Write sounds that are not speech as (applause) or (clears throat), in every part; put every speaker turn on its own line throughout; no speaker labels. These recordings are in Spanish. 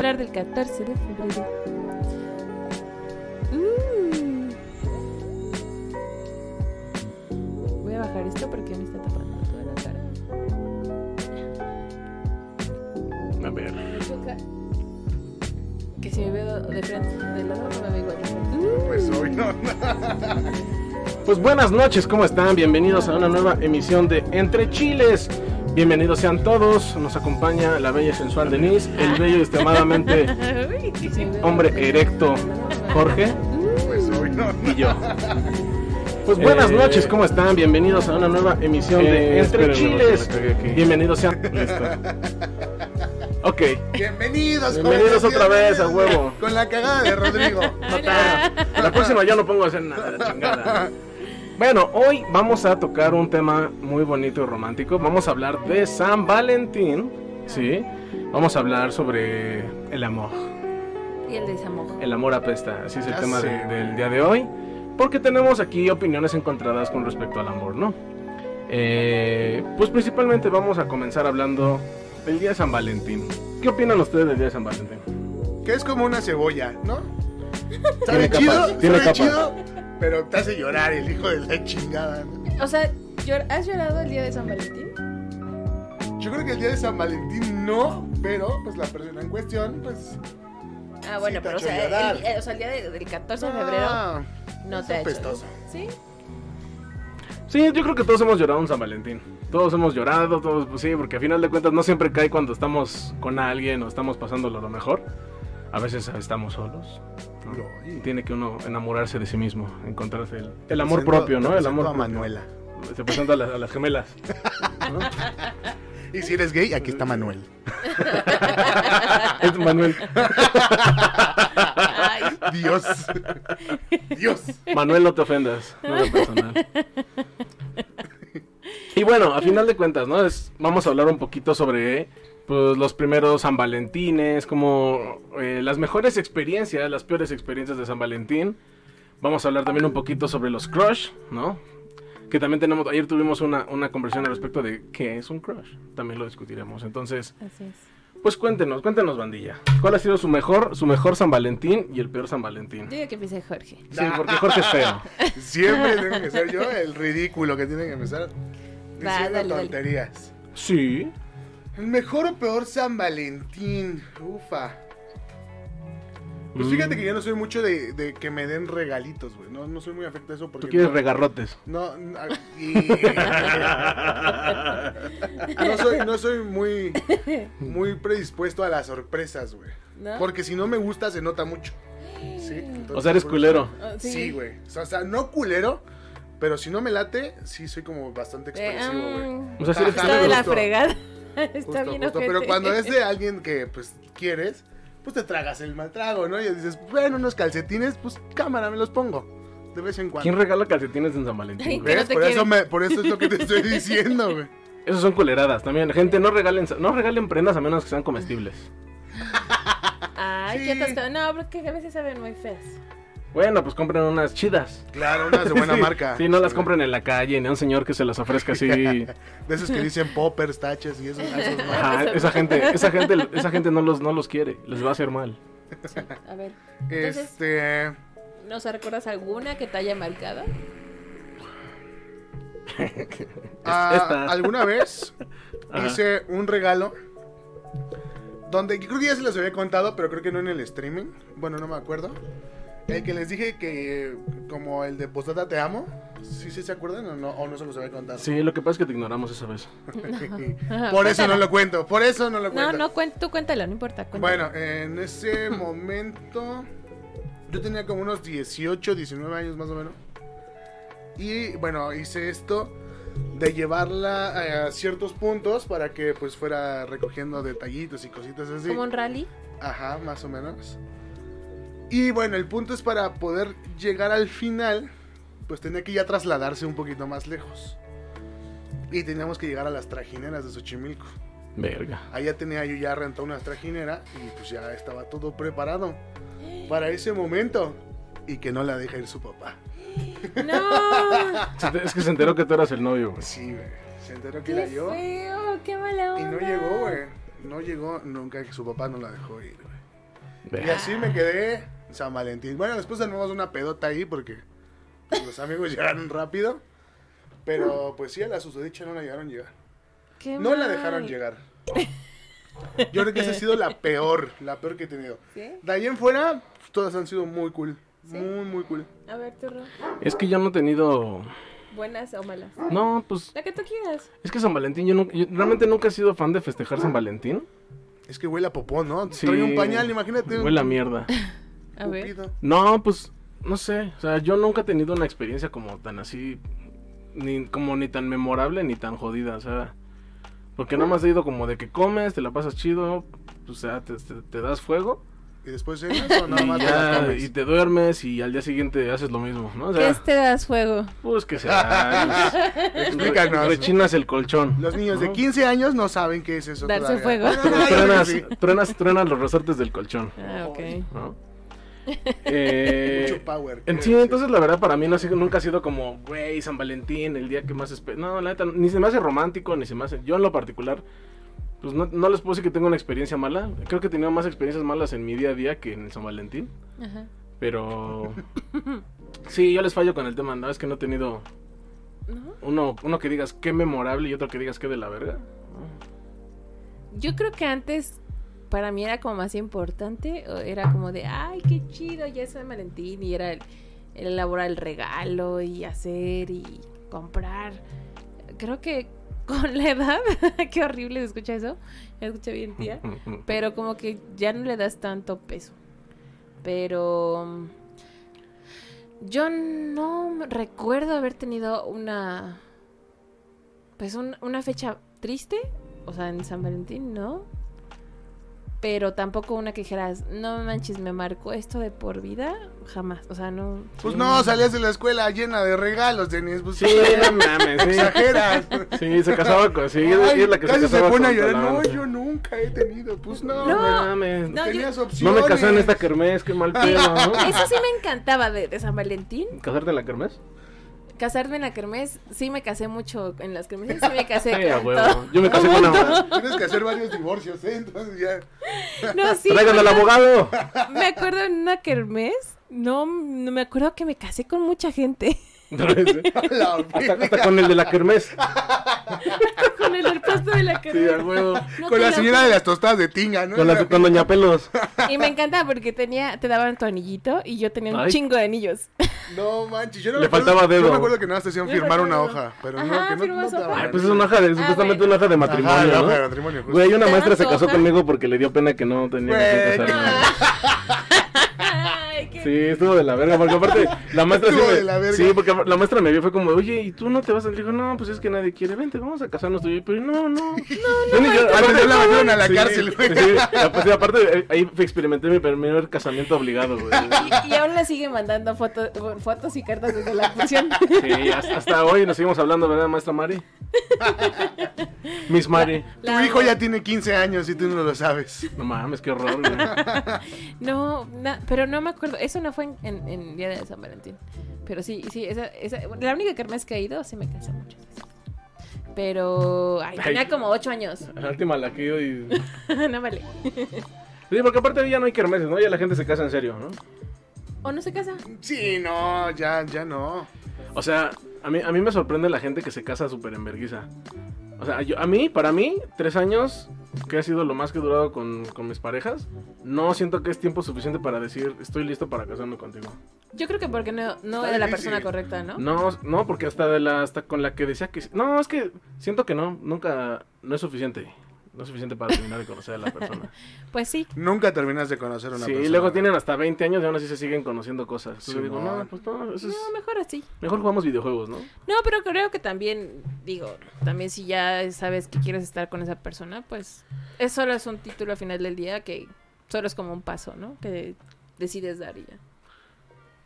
hablar del 14 de febrero. Mm. Voy a bajar esto porque me está tapando toda la cara.
A ver.
Que si me veo de frente, de lado, no me veo igual.
Pues hoy no. Pues buenas noches, ¿cómo están? Bienvenidos a una nueva emisión de Entre Chiles. Bienvenidos sean todos. Nos acompaña la bella y sensual Denise,
(laughs)
el bello y extremadamente
Mm. Que si me veo
hombre
de-
erecto Jorge
Pues hoy no.
y yo. Pues buenas
Eh.
noches, ¿cómo están? Bienvenidos a una nueva emisión
Eh,
de Entre
espérenme,
Chiles.
me cagué aquí.
Bienvenidos sean. Listo. Ok.
Bienvenidos,
Bienvenidos
jóvenes,
otra vez, a
bienvenidos.
huevo.
Con la cagada de Rodrigo.
Total. La próxima yo no pongo a hacer nada de chingada. Bueno, hoy vamos a tocar un tema muy bonito y romántico. Vamos a hablar de San Valentín. Sí. Vamos a hablar sobre el amor.
Y el desamor.
El amor apesta. Así es el
Ya
tema
sé,
de-
güey.
del día de hoy. Porque tenemos aquí opiniones encontradas con respecto al amor, ¿no? Eh, pues principalmente vamos a comenzar hablando del día de San Valentín. ¿Qué opinan ustedes del día de San Valentín?
Que es como una cebolla, ¿no?
Tiene
Sabe
capas,
chido,
tiene
sabe
capas.
chido, pero te hace llorar el hijo de la chingada. ¿no?
O sea, ¿llor- ¿has llorado el día de San Valentín?
Yo creo que el día de San Valentín no, pero pues la persona en cuestión, pues.
Ah, bueno,
Sí, te
pero
ha
o
hecho
sea,
llorar.
el, eh, o sea, el día de- del 14 de febrero
ah,
no
es
te ha hecho.
apestoso.
¿Sí?
Sí, yo creo que todos hemos llorado en San Valentín. Todos hemos llorado, todos, pues sí, porque a final de cuentas no siempre cae cuando estamos con alguien o estamos pasándolo lo mejor. A veces estamos solos. ¿no?
No, y-
Tiene que uno enamorarse de sí mismo, encontrarse el, el
te
amor
presento-
propio,
te
¿no? El
presento
amor
a
propio.
Manuela.
Se presenta a, las- a las
(laughs)
gemelas. (laughs) ¿no?
Y si eres gay, aquí está Manuel.
(laughs)
es
(laughs)
Manuel.
Ay, (laughs)
Dios. Dios.
Manuel, no te ofendas, no es lo personal. Y bueno, a final de cuentas, ¿no? Es, vamos a hablar un poquito sobre pues, los primeros San Valentines, como eh, las mejores experiencias, las peores experiencias de San Valentín. Vamos a hablar también un poquito sobre los crush, ¿no? Que también tenemos, ayer tuvimos una, una conversación al respecto de qué es un crush. También lo discutiremos. Entonces,
así es.
pues cuéntenos, cuéntenos, bandilla. ¿Cuál ha sido su mejor, su mejor San Valentín y el peor San Valentín?
Yo digo que empiece Jorge.
Sí, porque Jorge es feo.
Siempre tengo que ser yo el ridículo que tiene que empezar diciendo
Va, dale, dale.
tonterías.
Sí.
El mejor o peor San Valentín. Ufa. Pues
Mm.
fíjate que yo no soy mucho de, de que me den regalitos, güey. No, no soy muy afecto a eso porque.
Tú quieres
no-
regarrotes.
No, no, ah, y-
(laughs)
(laughs) no soy, no soy muy, muy predispuesto a las sorpresas, güey.
¿No?
Porque si no me gusta se nota mucho. Sí, entonces,
O sea, eres
por-
culero.
Ah,
Sí, güey. O sea, o sea, no culero, pero si no me late, sí soy como bastante
Eh,
expresivo, güey.
mm,
O sea, si eres
Ajá.
está de la
Justo.
fregada. (laughs) Está
Justo,
bien
justo,
ojete.
pero cuando es de alguien que pues quieres, pues te tragas el mal trago, ¿no? Y dices, bueno, unos calcetines, pues cámara, me los pongo. De vez en
¿Quién
cuando.
regala calcetines en San Valentín? güey?
Que no
¿Ves?
te
Por eso,
quieren.
me- por eso es lo que te estoy diciendo,
(laughs)
güey.
Esos son culeradas también. Gente, no regalen, no regalen prendas a menos que sean comestibles.
Ay,
Sí.
qué atascado. No, porque a veces saben muy feas.
Bueno, pues compren unas chidas.
Claro, unas de buena
Sí,
marca.
(laughs) Sí, no las compren en la calle ni a un señor que se las ofrezca
(laughs)
así.
De esos que dicen poppers, taches
(laughs)
y esos. esos no.
Ajá, esa gente, esa gente, esa gente no los, no los quiere. Les va a hacer mal.
A ver, Entonces-
Este.
¿nos recuerdas alguna que te haya marcado?
ah,
esta.
alguna vez
(laughs) Ajá.
hice un regalo donde yo creo que ya se los había contado, pero creo que no en el streaming. Bueno, no me acuerdo. El que les dije que como el de Postdata Te Amo, ¿sí, sí se acuerdan o no, o no se los había contado? (laughs)
Sí, lo que pasa es que te ignoramos esa vez.
por eso no lo cuento, por eso no lo
No,
cuento.
no, cuen- tú cuéntalo, no importa. cuéntalo.
Bueno, en ese momento yo tenía como unos 18, 19 años más o menos. Y bueno, hice esto de llevarla eh, a ciertos puntos para que pues fuera recogiendo detallitos y cositas así.
¿Como un
(laughs)
rally?
Ajá, más o menos. Y bueno, el punto es para poder llegar al final, pues tenía que ya trasladarse un poquito más lejos. Y teníamos que llegar a las trajineras de Xochimilco.
Verga.
Allá tenía yo ya rentado una trajinera y pues ya estaba todo preparado para ese momento y que no la deja ir su papá. (laughs)
¡No!
Se te- Es que se enteró que tú eras el novio, güey.
Sí, güey. Se enteró que
¡Qué
era yo
feo! ¡Qué mala
y
onda!
no llegó, güey. No llegó nunca que su papá no la dejó ir, güey. Y
Ah.
así me quedé en San Valentín. Bueno, después armamos una pedota ahí porque los amigos (laughs) llegaron rápido. Pero pues sí, a la susodicha no la llegaron a llegar.
Qué
No la
mal.
dejaron llegar. Yo creo que esa ha sido la peor, la peor que he tenido.
¿Sí?
De ahí en fuera, todas han sido muy cool.
Sí.
Muy, muy cool.
A ver, tú, Ro.
Es que yo no he tenido.
Buenas o malas.
No, pues.
La que tú quieras.
Es que San Valentín, yo, nunca- yo realmente nunca he sido fan de festejar San Valentín.
Es que huele a popó, ¿no?
Sí.
Trae un pañal, imagínate. un
Huele a mierda.
A ver.
cupido.
No, pues, no sé. O sea, yo nunca he tenido una experiencia como tan así. Ni, como ni tan memorable ni tan jodida, o sea. Porque nada más he ido como de que comes, te la pasas chido, o sea, te, te- te das fuego.
Y después cenas o nada
y,
más
(laughs)
te
ya,
la comes.
y te duermes y al día siguiente haces lo mismo, ¿no? O
¿Qué
sea,
es te das fuego?
pues que sea.
(laughs) Explícanos.
Rechinas el colchón.
Los niños de
¿no?
15 años no saben qué es eso.
Darse
todavía.
fuego.
Ay,
Truenas,
sí.
truenas, truenas los resortes del colchón,
Ah, ok. (laughs)
¿no? Eh,
Mucho power.
En sí, entonces la verdad para mí no ha sido- nunca ha sido como, güey, San Valentín, el día que más espero. No, la neta, ni se me hace romántico, ni se me hace. Yo en lo particular, pues no, no les puedo decir que tengo una experiencia mala. Creo que he tenido más experiencias malas en mi día a día que en el San Valentín.
Ajá.
Pero.
(laughs)
Sí, yo les fallo con el tema, ¿no? Es que no he tenido
¿No?
uno, uno que digas qué memorable y otro que digas qué de la verga.
Yo creo que antes para mí era como más importante, o era como de, ay, qué chido, ya es San Valentín, y era el, el elaborar el regalo y hacer y comprar. Creo que con la edad, (laughs) qué horrible se escucha eso, me escucha bien
(laughs)
tía, pero como que ya no le das tanto peso. Pero mm, yo no me- recuerdo haber tenido una pues un- una fecha triste, o sea, en San Valentín, ¿no? Pero tampoco una que dijeras, no manches, me marcó esto de por vida, jamás, o sea, no.
Pues no, salías de la escuela llena de regalos, Denis. Pues
Sí, no mames, sí.
exageras.
Sí, se casaba con. (laughs) Sí, es la que
casi se
casaba
pone a
con
llorar.
Talán.
No, yo nunca he tenido. Pues no.
No,
mames.
no, yo-
tenías
No
opciones.
me casé en esta kermés,
(laughs)
qué mal (laughs) pedo, ¿no?
Eso sí me encantaba de, de San Valentín.
¿Casarte en la kermés?
Casarme en la kermés, sí me casé mucho en las kermeses, sí me casé.
(laughs) Sí, a
con
huevo.
todo.
Yo me casé con una.
Tienes que hacer varios divorcios, ¿eh? Entonces ya. (laughs)
No, sí.
¡Traigan
(laughs)
al abogado!
Me acuerdo en una kermés, no, no me acuerdo que me casé con mucha gente. (laughs)
La
hasta,
verga.
hasta con el de la kermés.
con el del puesto de la
Sí, a
kermés.
huevo.
No te
Con la
lo
señora de las tostadas de tinga, ¿no?
Con, la- con Doña Pelos.
Y me encanta porque tenía, te daban tu anillito y yo tenía un
Ay.
chingo de anillos.
No manches, yo no
Le
me acuerdo-
faltaba dedo.
Yo me acuerdo que nada más te hacían
Le
firmar una
faltaba dedo.
hoja, pero
Ajá,
no, que no,
firmas
no te
hoja.
daban.
Ay, pues es una hoja de, supuestamente
Ah, bueno.
una hoja de
Ajá,
matrimonio,
la
¿no?
hoja de matrimonio, justo.
Güey, una
Te
maestra
dan
se
su
casó
hoja.
conmigo porque le dio pena que no tenía que
Güey,
casarme.
Ay, qué-
Sí, estuvo de la verga, porque aparte
(laughs)
la maestra sí,
Estuvo
me-
de la verga.
sí, porque la maestra me vio fue como, oye, ¿y tú no te vas a...? Le digo, no, pues es que nadie quiere, vente, vamos a casarnos tú y yo, pero no, no, no, no,
aparte la metieron a la cárcel, güey.
Sí, y aparte- aparte eh, ahí experimenté mi primer casamiento obligado, güey.
Y, y aún le sigue mandando foto- fotos y cartas desde la prisión.
Sí, hasta, hasta hoy nos seguimos hablando, ¿verdad, maestra Mari? Miss Mari.
Tu hijo ya tiene 15 años y tú no lo sabes.
No mames, qué horror, güey.
No, na- pero no me acuerdo. Eso no fue en, en- en Día de San Valentín. Pero sí, sí, esa, esa, la única kermés que he ido sí me casé muchas veces. Pero, ay,
Ay.
tenía como ocho
(laughs)
años.
La última la que yo y...
no vale.
Sí, porque aparte ya no hay kermeses, ¿no? Ya la gente se casa en serio, ¿no?
¿O no se casa?
Sí, no, ya, ya no.
O sea, a mí, a mí me sorprende la gente que se casa súper enverguiza. O sea, yo- a mí, para mí, tres años, que ha sido lo más que he durado con, con mis parejas, no siento que es tiempo suficiente para decir, estoy listo para casarme contigo.
Yo creo que porque no, no
Está
era la
difícil.
persona correcta, ¿no?
No, no, porque hasta, de la, hasta con la que decía que... sí- No, es que siento que no, nunca, no es suficiente. No es suficiente para terminar de conocer a la
(laughs)
persona.
Pues sí.
Nunca terminas de conocer a una
sí,
persona.
luego tienen hasta 20 años y aún así se siguen conociendo cosas. Entonces digo,
Simón.
no, pues no, eso es...
No, mejor así.
Mejor jugamos videojuegos, ¿no?
No, pero creo que también, digo, también si ya sabes que quieres estar con esa persona, pues es solo es un título al final del día que solo es como un paso, ¿no? Que decides dar y ya.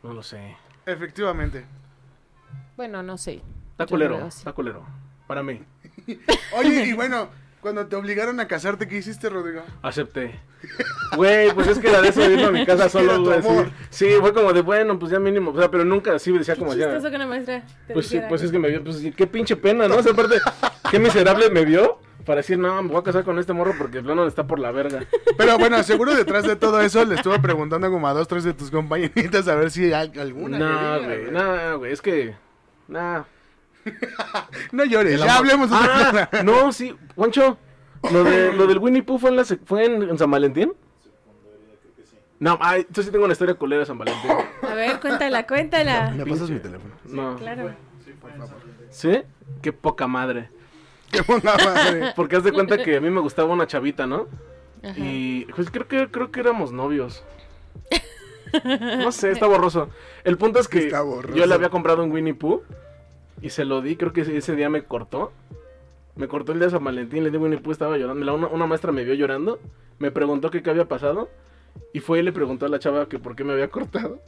No lo sé.
Efectivamente.
Bueno, no sé.
Está
Yo
culero,
creo así.
está culero. Para mí.
Oye, y bueno, cuando te obligaron a casarte, ¿qué hiciste, Rodrigo?
Acepté. Güey, pues es que era de eso de irme a mi casa solo,
Quiero tu
güey. Sí.
amor.
Sí, fue como de, bueno, pues ya mínimo. O sea, pero nunca así decía
Qué
como
chistoso
ya.
que la maestra te
Pues sí,
dijera
pues es que me vio, pues sí, qué pinche pena, ¿no? O sea, aparte, qué miserable me vio. para decir, no, me voy a casar con este morro porque el plano está por la verga.
Pero bueno, seguro detrás de todo eso le estuve preguntando como a dos, tres de tus compañeritas a ver si hay alguna.
No,
quería,
güey, no, güey, es que. Nah.
No llores,
El amor-
ya hablemos otra
Ah,
(laughs) cosa.
no, sí, Juancho, lo, de, lo del Winnie Pooh fue en, la sec- fue en, en San Valentín. No, ay, yo sí tengo una historia culera de San Valentín.
A ver,
(laughs)
cuéntala, cuéntala.
¿Me pasas mi teléfono? (laughs)
No.
Claro.
¿Sí? Qué poca madre.
Qué buena madre.
Porque haz de cuenta que
(laughs)
a mí me gustaba una chavita, ¿no?
Ajá.
Y pues creo que creo que
(laughs)
éramos novios. No sé, está borroso. El punto es que
Está borroso.
yo le había comprado un Winnie Pooh y se lo di, creo que ese- ese día me cortó. Me cortó el día de San Valentín, le di Winnie Pooh, estaba llorando. La- Una, una maestra me vio llorando, me preguntó que qué había pasado y fue y le preguntó a la chava que por qué me había cortado.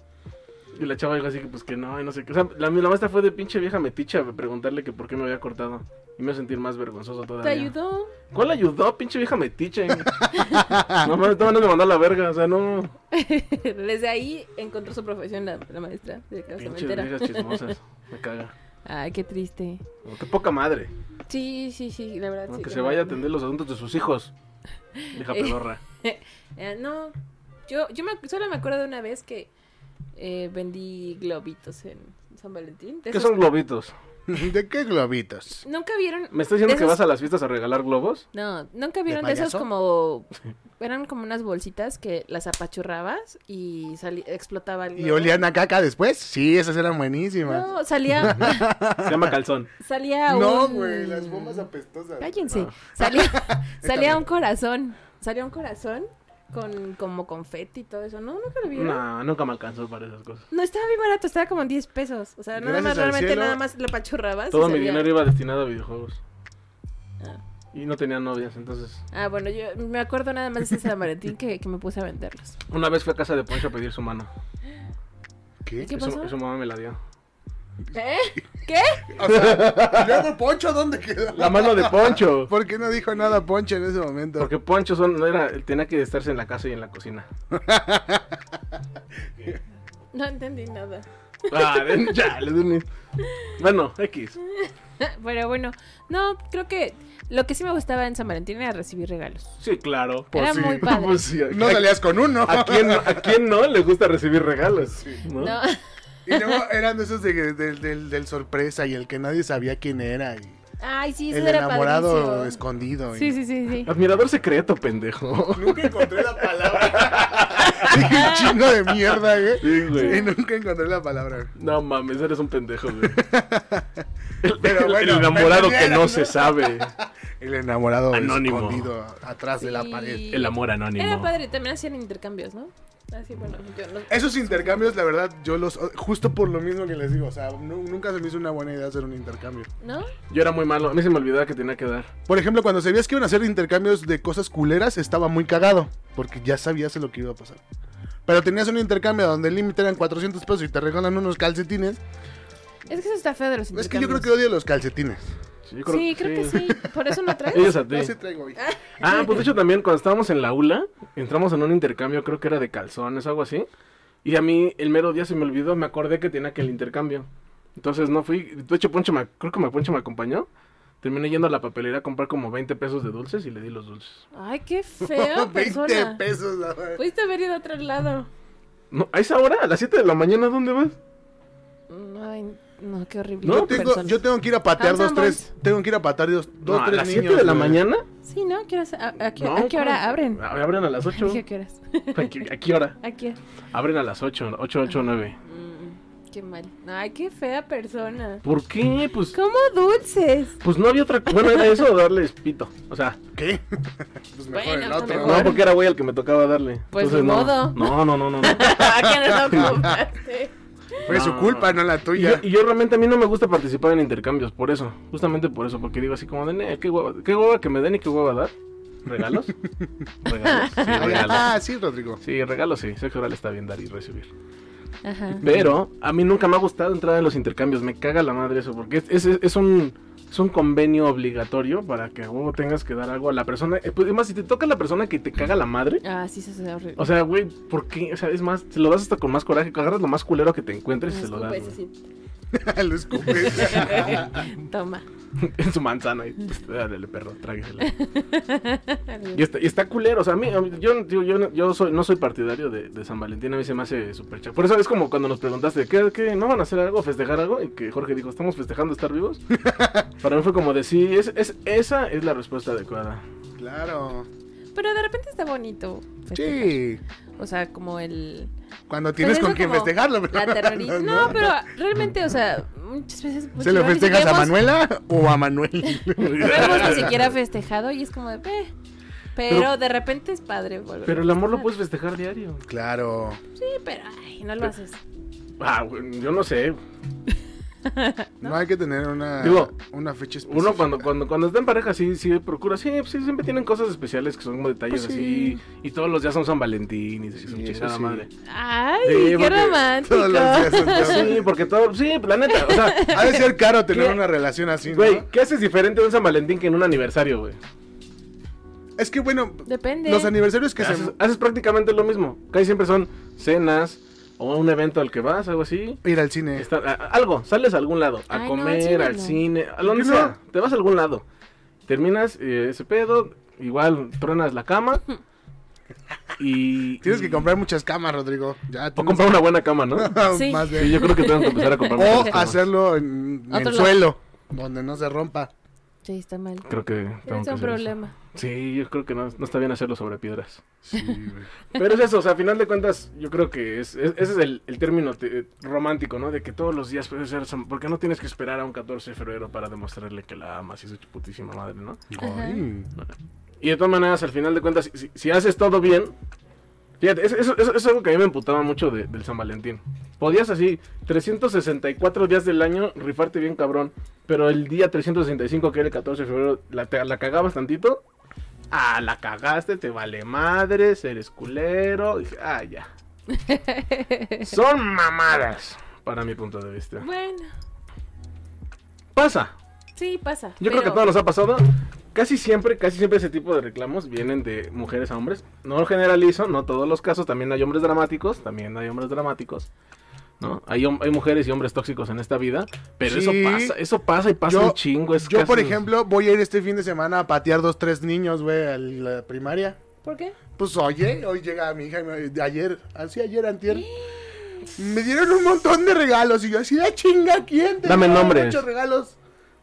Y la chava dijo así que pues que no, y no sé qué. O sea, la, la maestra fue de pinche vieja meticha a preguntarle que por qué me había cortado. Y me hizo sentir más vergonzoso todavía.
¿Te ayudó? (laughs)
¿Cuál ayudó, pinche vieja metiche? no mames, estaban me mandó a la verga, o sea, no.
Desde ahí encontró su profesión la, la maestra de casa
Pinches
cementera.
viejas chismosas. Me caga.
Ay, qué triste.
Oh, Qué poca madre.
Sí, sí, sí, la verdad.
¿no?
Ah, sí,
Que
la
se vaya a
verdad.
atender los asuntos de sus hijos. Vieja
Eh.
pedorra.
Eh, no, yo, yo me, solo me acuerdo de una vez que eh, vendí globitos en San Valentín. De
¿Qué
esos-
son globitos?
¿De qué globitos?
Nunca vieron.
¿Me estás diciendo
de
que
esos-
vas a las fiestas a regalar globos?
No, nunca vieron
¿De
de esos
payaso?
como. Eran como unas bolsitas que las apachurrabas y sali- explotaba el.
¿Y
globo.
olían a caca después? Sí, esas eran buenísimas.
No,
(laughs)
salía.
Se
(laughs)
llama calzón.
Salía
No,
un-
güey, las bombas apestosas.
Cállense.
Ah.
(laughs)
Salía,
bien.
salía un corazón. Salía un corazón con como confeti y todo eso. No, nunca lo vieron. No.
No, nunca me alcanzó para esas cosas.
estaba bien barato, estaba como en 10 pesos. O sea, nada
Gracias
más,
al
realmente
cielo.
nada más lo pachurrabas. y
Todo mi
salía.
dinero iba destinado a videojuegos.
Ah.
Y no tenía novias, entonces.
Ah, bueno, yo me acuerdo nada más de ese San Valentín que, que me puse a
(laughs)
venderlos.
Una vez fui a casa de Poncho a pedir su mano.
Ah, ¿Qué?
¿Qué
Y su-
pasó?
y su mamá me la dio.
¿Eh? ¿Qué?
O sea, ¿y luego Poncho dónde quedó?
¡La mano de Poncho!
(laughs) ¿Por qué no dijo nada Poncho en ese momento?
Porque Poncho son, no era, tenía que estarse en la casa y en la cocina.
No entendí nada. (laughs)
Ah, ven, (laughs) ya, le doy un- Bueno, X.
Pero bueno, no, creo que lo que sí me gustaba en San Valentín era recibir regalos.
Sí, claro.
Pues
era
sí.
muy padre.
Pues sí, a,
No (laughs) salías con uno.
a- a quién, a quién no le gusta recibir regalos? ¿no?
No. (laughs)
Y luego eran de esos de, del- del- del sorpresa y el que nadie sabía quién era. Y
Ay, sí, eso
el
era
enamorado
padrísimo.
escondido. y-
Sí, sí, sí,
(laughs)
sí.
Admirador secreto, pendejo.
Nunca encontré la palabra. (laughs) Dije un chingo de mierda, eh". güey.
Sí, güey.
Y nunca encontré la palabra. güey.
No mames, eres un pendejo,
(laughs)
güey. El,
Pero
el- el
bueno,
enamorado
me
que no
entendieron,
se
¿no?
sabe.
El enamorado
Anónimo.
escondido atrás de la
Sí.
pared.
El amor anónimo.
Era padre, también hacían intercambios, ¿no? Así, bueno, yo no.
Esos intercambios, la verdad, yo los. Justo por lo mismo que les digo, o sea, nu- nunca se me hizo una buena idea hacer un intercambio.
¿No?
Yo era muy malo. A mí se me olvidaba que tenía que dar.
Por ejemplo, cuando sabías que iban a hacer intercambios de cosas culeras, estaba muy cagado, porque ya sabías lo que iba a pasar. Pero tenías un intercambio donde el límite eran 400 pesos y te regalan unos calcetines.
Es que eso está feo de los intercambios.
Es que yo creo que odio los calcetines.
Sí, yo
Sí, creo que sí. ¿Por eso no traes?
Ellos a ti.
No se traigo hoy.
Ah, pues de hecho también cuando estábamos en la ULA, entramos en un intercambio, creo que era de calzones, algo así. Y a mí el mero día se me olvidó, me acordé que tenía que el intercambio. Entonces no fui, de hecho Poncho me, creo que me- Poncho me acompañó. Terminé yendo a la papelera a comprar como 20 pesos de dulces y le di los dulces.
Ay, qué
(laughs)
feo
20
persona.
pesos, la verdad.
Pudiste haber ido a otro lado.
No, ¿A esa hora? ¿A las 7 de la mañana? ¿Dónde vas?
Ay, no, qué horrible.
Yo
No,
tengo, yo tengo que ir a patear
Hans
dos,
and
tres. Tengo que ir a patear dos, dos
No, ¿A
tres
las 7
niños.
de la
güey.
mañana?
Sí, ¿no? ¿Qué horas- a, a qué,
No,
a qué hora
claro.
abren?
A- Abren a
(laughs)
las 8.
Dije, ¿a qué horas?
¿A qué hora?
¿A qué?
Abren a las 8, 8, 8, 9.
Mm, qué mal. Ay, qué fea persona.
¿Por qué? Pues,
¿Cómo dulces? (laughs)
pues no había otra... Bueno, era eso o darles pito. O sea...
¿Qué? (laughs) pues mejor
Bueno,
el
está
otro.
mejor.
No, porque era güey al que me tocaba darle.
Pues,
Entonces,
ni
no.
modo.
No, no, no, no. no.
¿A quién no compraste?
Fue su
No.
culpa, no la
Y, yo,
tuya.
y yo realmente a mí no me gusta participar en intercambios, por eso. Justamente por eso, porque digo así como de, "Nee, qué hueva, qué hueva que me den y qué hueva dar. ¿Regalos? ¿Regalos? Sí, regalos.
Ah, sí, Rodrigo.
(laughs) Sí, regalos sí. Sexo oral está bien dar y recibir.
Ajá.
Pero a mí nunca me ha gustado entrar en los intercambios. Me caga la madre eso, porque es, es- es un, es un convenio obligatorio para que a huevo tengas que dar algo a la persona. Eh, pues, además, si te toca la persona que te caga la madre,
Ah, sí, eso se horrible.
O sea, güey, ¿por qué? O sea, es más, te lo das hasta con más coraje, agarras lo
pues,
más culero que te encuentres y se lo das.
Escupes
güey.
así.
Lo escupes.
(laughs) Toma.
en su manzana. Y pues, dale, perro, tráguesela. Y está, y está culero. O sea, a mí, a mí- yo, digo, yo, no- yo soy, no soy partidario de, de San Valentín. A mí se me hace súper chafa. Por eso es como cuando nos preguntaste, ¿qué, qué, no van a hacer algo, festejar algo? Y que Jorge dijo, ¿estamos festejando estar vivos? Para mí fue como de sí, es, es- esa es la respuesta adecuada.
(laughs) Claro.
Pero de repente está bonito. festejar.
Sí.
O sea, como el...
Cuando tienes
Pero
con
eso
quien
como
festejarlo.
La
¿verdad? (laughs)
terrorista. No, pues pero realmente, o sea, muchas veces...
¿Se lo
muchas veces
festejas a
vemos-
Manuela o a Manuel?
No hemos ni siquiera festejado y es como de... "Eh". Pero,
Pero-
de repente es padre volver.
Pero el amor lo puedes festejar diario.
claro.
Sí, pero ay, no lo haces.
Ah, güey, yo no sé.
¿No? hay que tener una,
Digo,
una fecha específica.
Uno cuando, cuando, cuando está en pareja sí, sí procura, sí, pues, sí, siempre tienen cosas especiales que son como detalles
Pues sí.
así. Y todos los días son San Valentín y su
Sí, eso
chingada
sí. (laughs)
madre.
Ay,
Sí,
qué
porque
romántico.
Todos los días. son
Sí,
terror.
porque todo, sí, la neta, o
(laughs)
sea,
Ha de ser caro tener
¿Qué?
una relación así, ¿no?
güey, ¿qué haces diferente de un San Valentín que en un aniversario, güey?
Es que bueno,
(laughs) Depende.
los aniversarios que
Haces,
se.
haces prácticamente lo mismo. Casi siempre son cenas o un evento al que vas, algo así.
Ir al cine.
Está- a- algo, sales a algún lado, a
Ay, no, sí,
comer,
no,
al
no.
cine, a donde
¿Por qué
sea, te vas a algún lado. Terminas eh, ese pedo, igual truenas
(laughs)
la cama y...
Tienes que
y-
comprar muchas camas, Rodrigo. Ya
O
tienes-
comprar una buena cama,
(laughs)
¿no?
Sí.
Más bien.
Sí, yo creo que tenemos que empezar a comprar
O
muchas camas.
hacerlo en, en
Otro
el
lado.
suelo, donde no se rompa.
Sí, está mal.
Creo que... tengo que
Es
hacer
un
eso.
problema.
Sí, yo creo que no, no está bien hacerlo sobre piedras.
Sí,
Pero es eso, o sea, a final de cuentas, yo creo que es, es- ese es el, el término te- romántico, ¿no? De que todos los días puede ser... San- Porque no tienes que esperar a un 14 de febrero para demostrarle que la amas y su putísima madre, ¿no?
Ajá.
Y de todas maneras, al final de cuentas, si, si haces todo bien. Fíjate, eso, eso- eso es algo que a mí me emputaba mucho de- del San Valentín. Podías así, 364 días del año, rifarte bien cabrón. Pero el día 365, que era el 14 de febrero, la, te- la cagabas tantito. Ah, la cagaste, te vale madres, eres culero. Dije, ah, ya. Son mamadas, para mi punto de vista.
Bueno,
Pasa,
sí, pasa.
yo creo que a todos nos ha pasado. Casi siempre, casi siempre ese tipo de reclamos vienen de mujeres a hombres. No lo generalizo, no todos los casos. También hay hombres dramáticos, también hay hombres dramáticos. ¿No? Hay, hom- hay mujeres y hombres tóxicos en esta vida, pero eso
Sí.
pasa, eso pasa y pasa
Yo-
un chingo. Es
Yo,
casi-
por ejemplo, voy a ir este fin de semana a patear dos, tres niños, güey, a la primaria.
¿Por qué?
Pues oye, hoy llega mi hija y me- de ayer, así ayer, antier. Me dieron un montón de regalos y yo así, ¡ah, chinga, quién! Te
Dame
dieron
nombres.
Muchos regalos.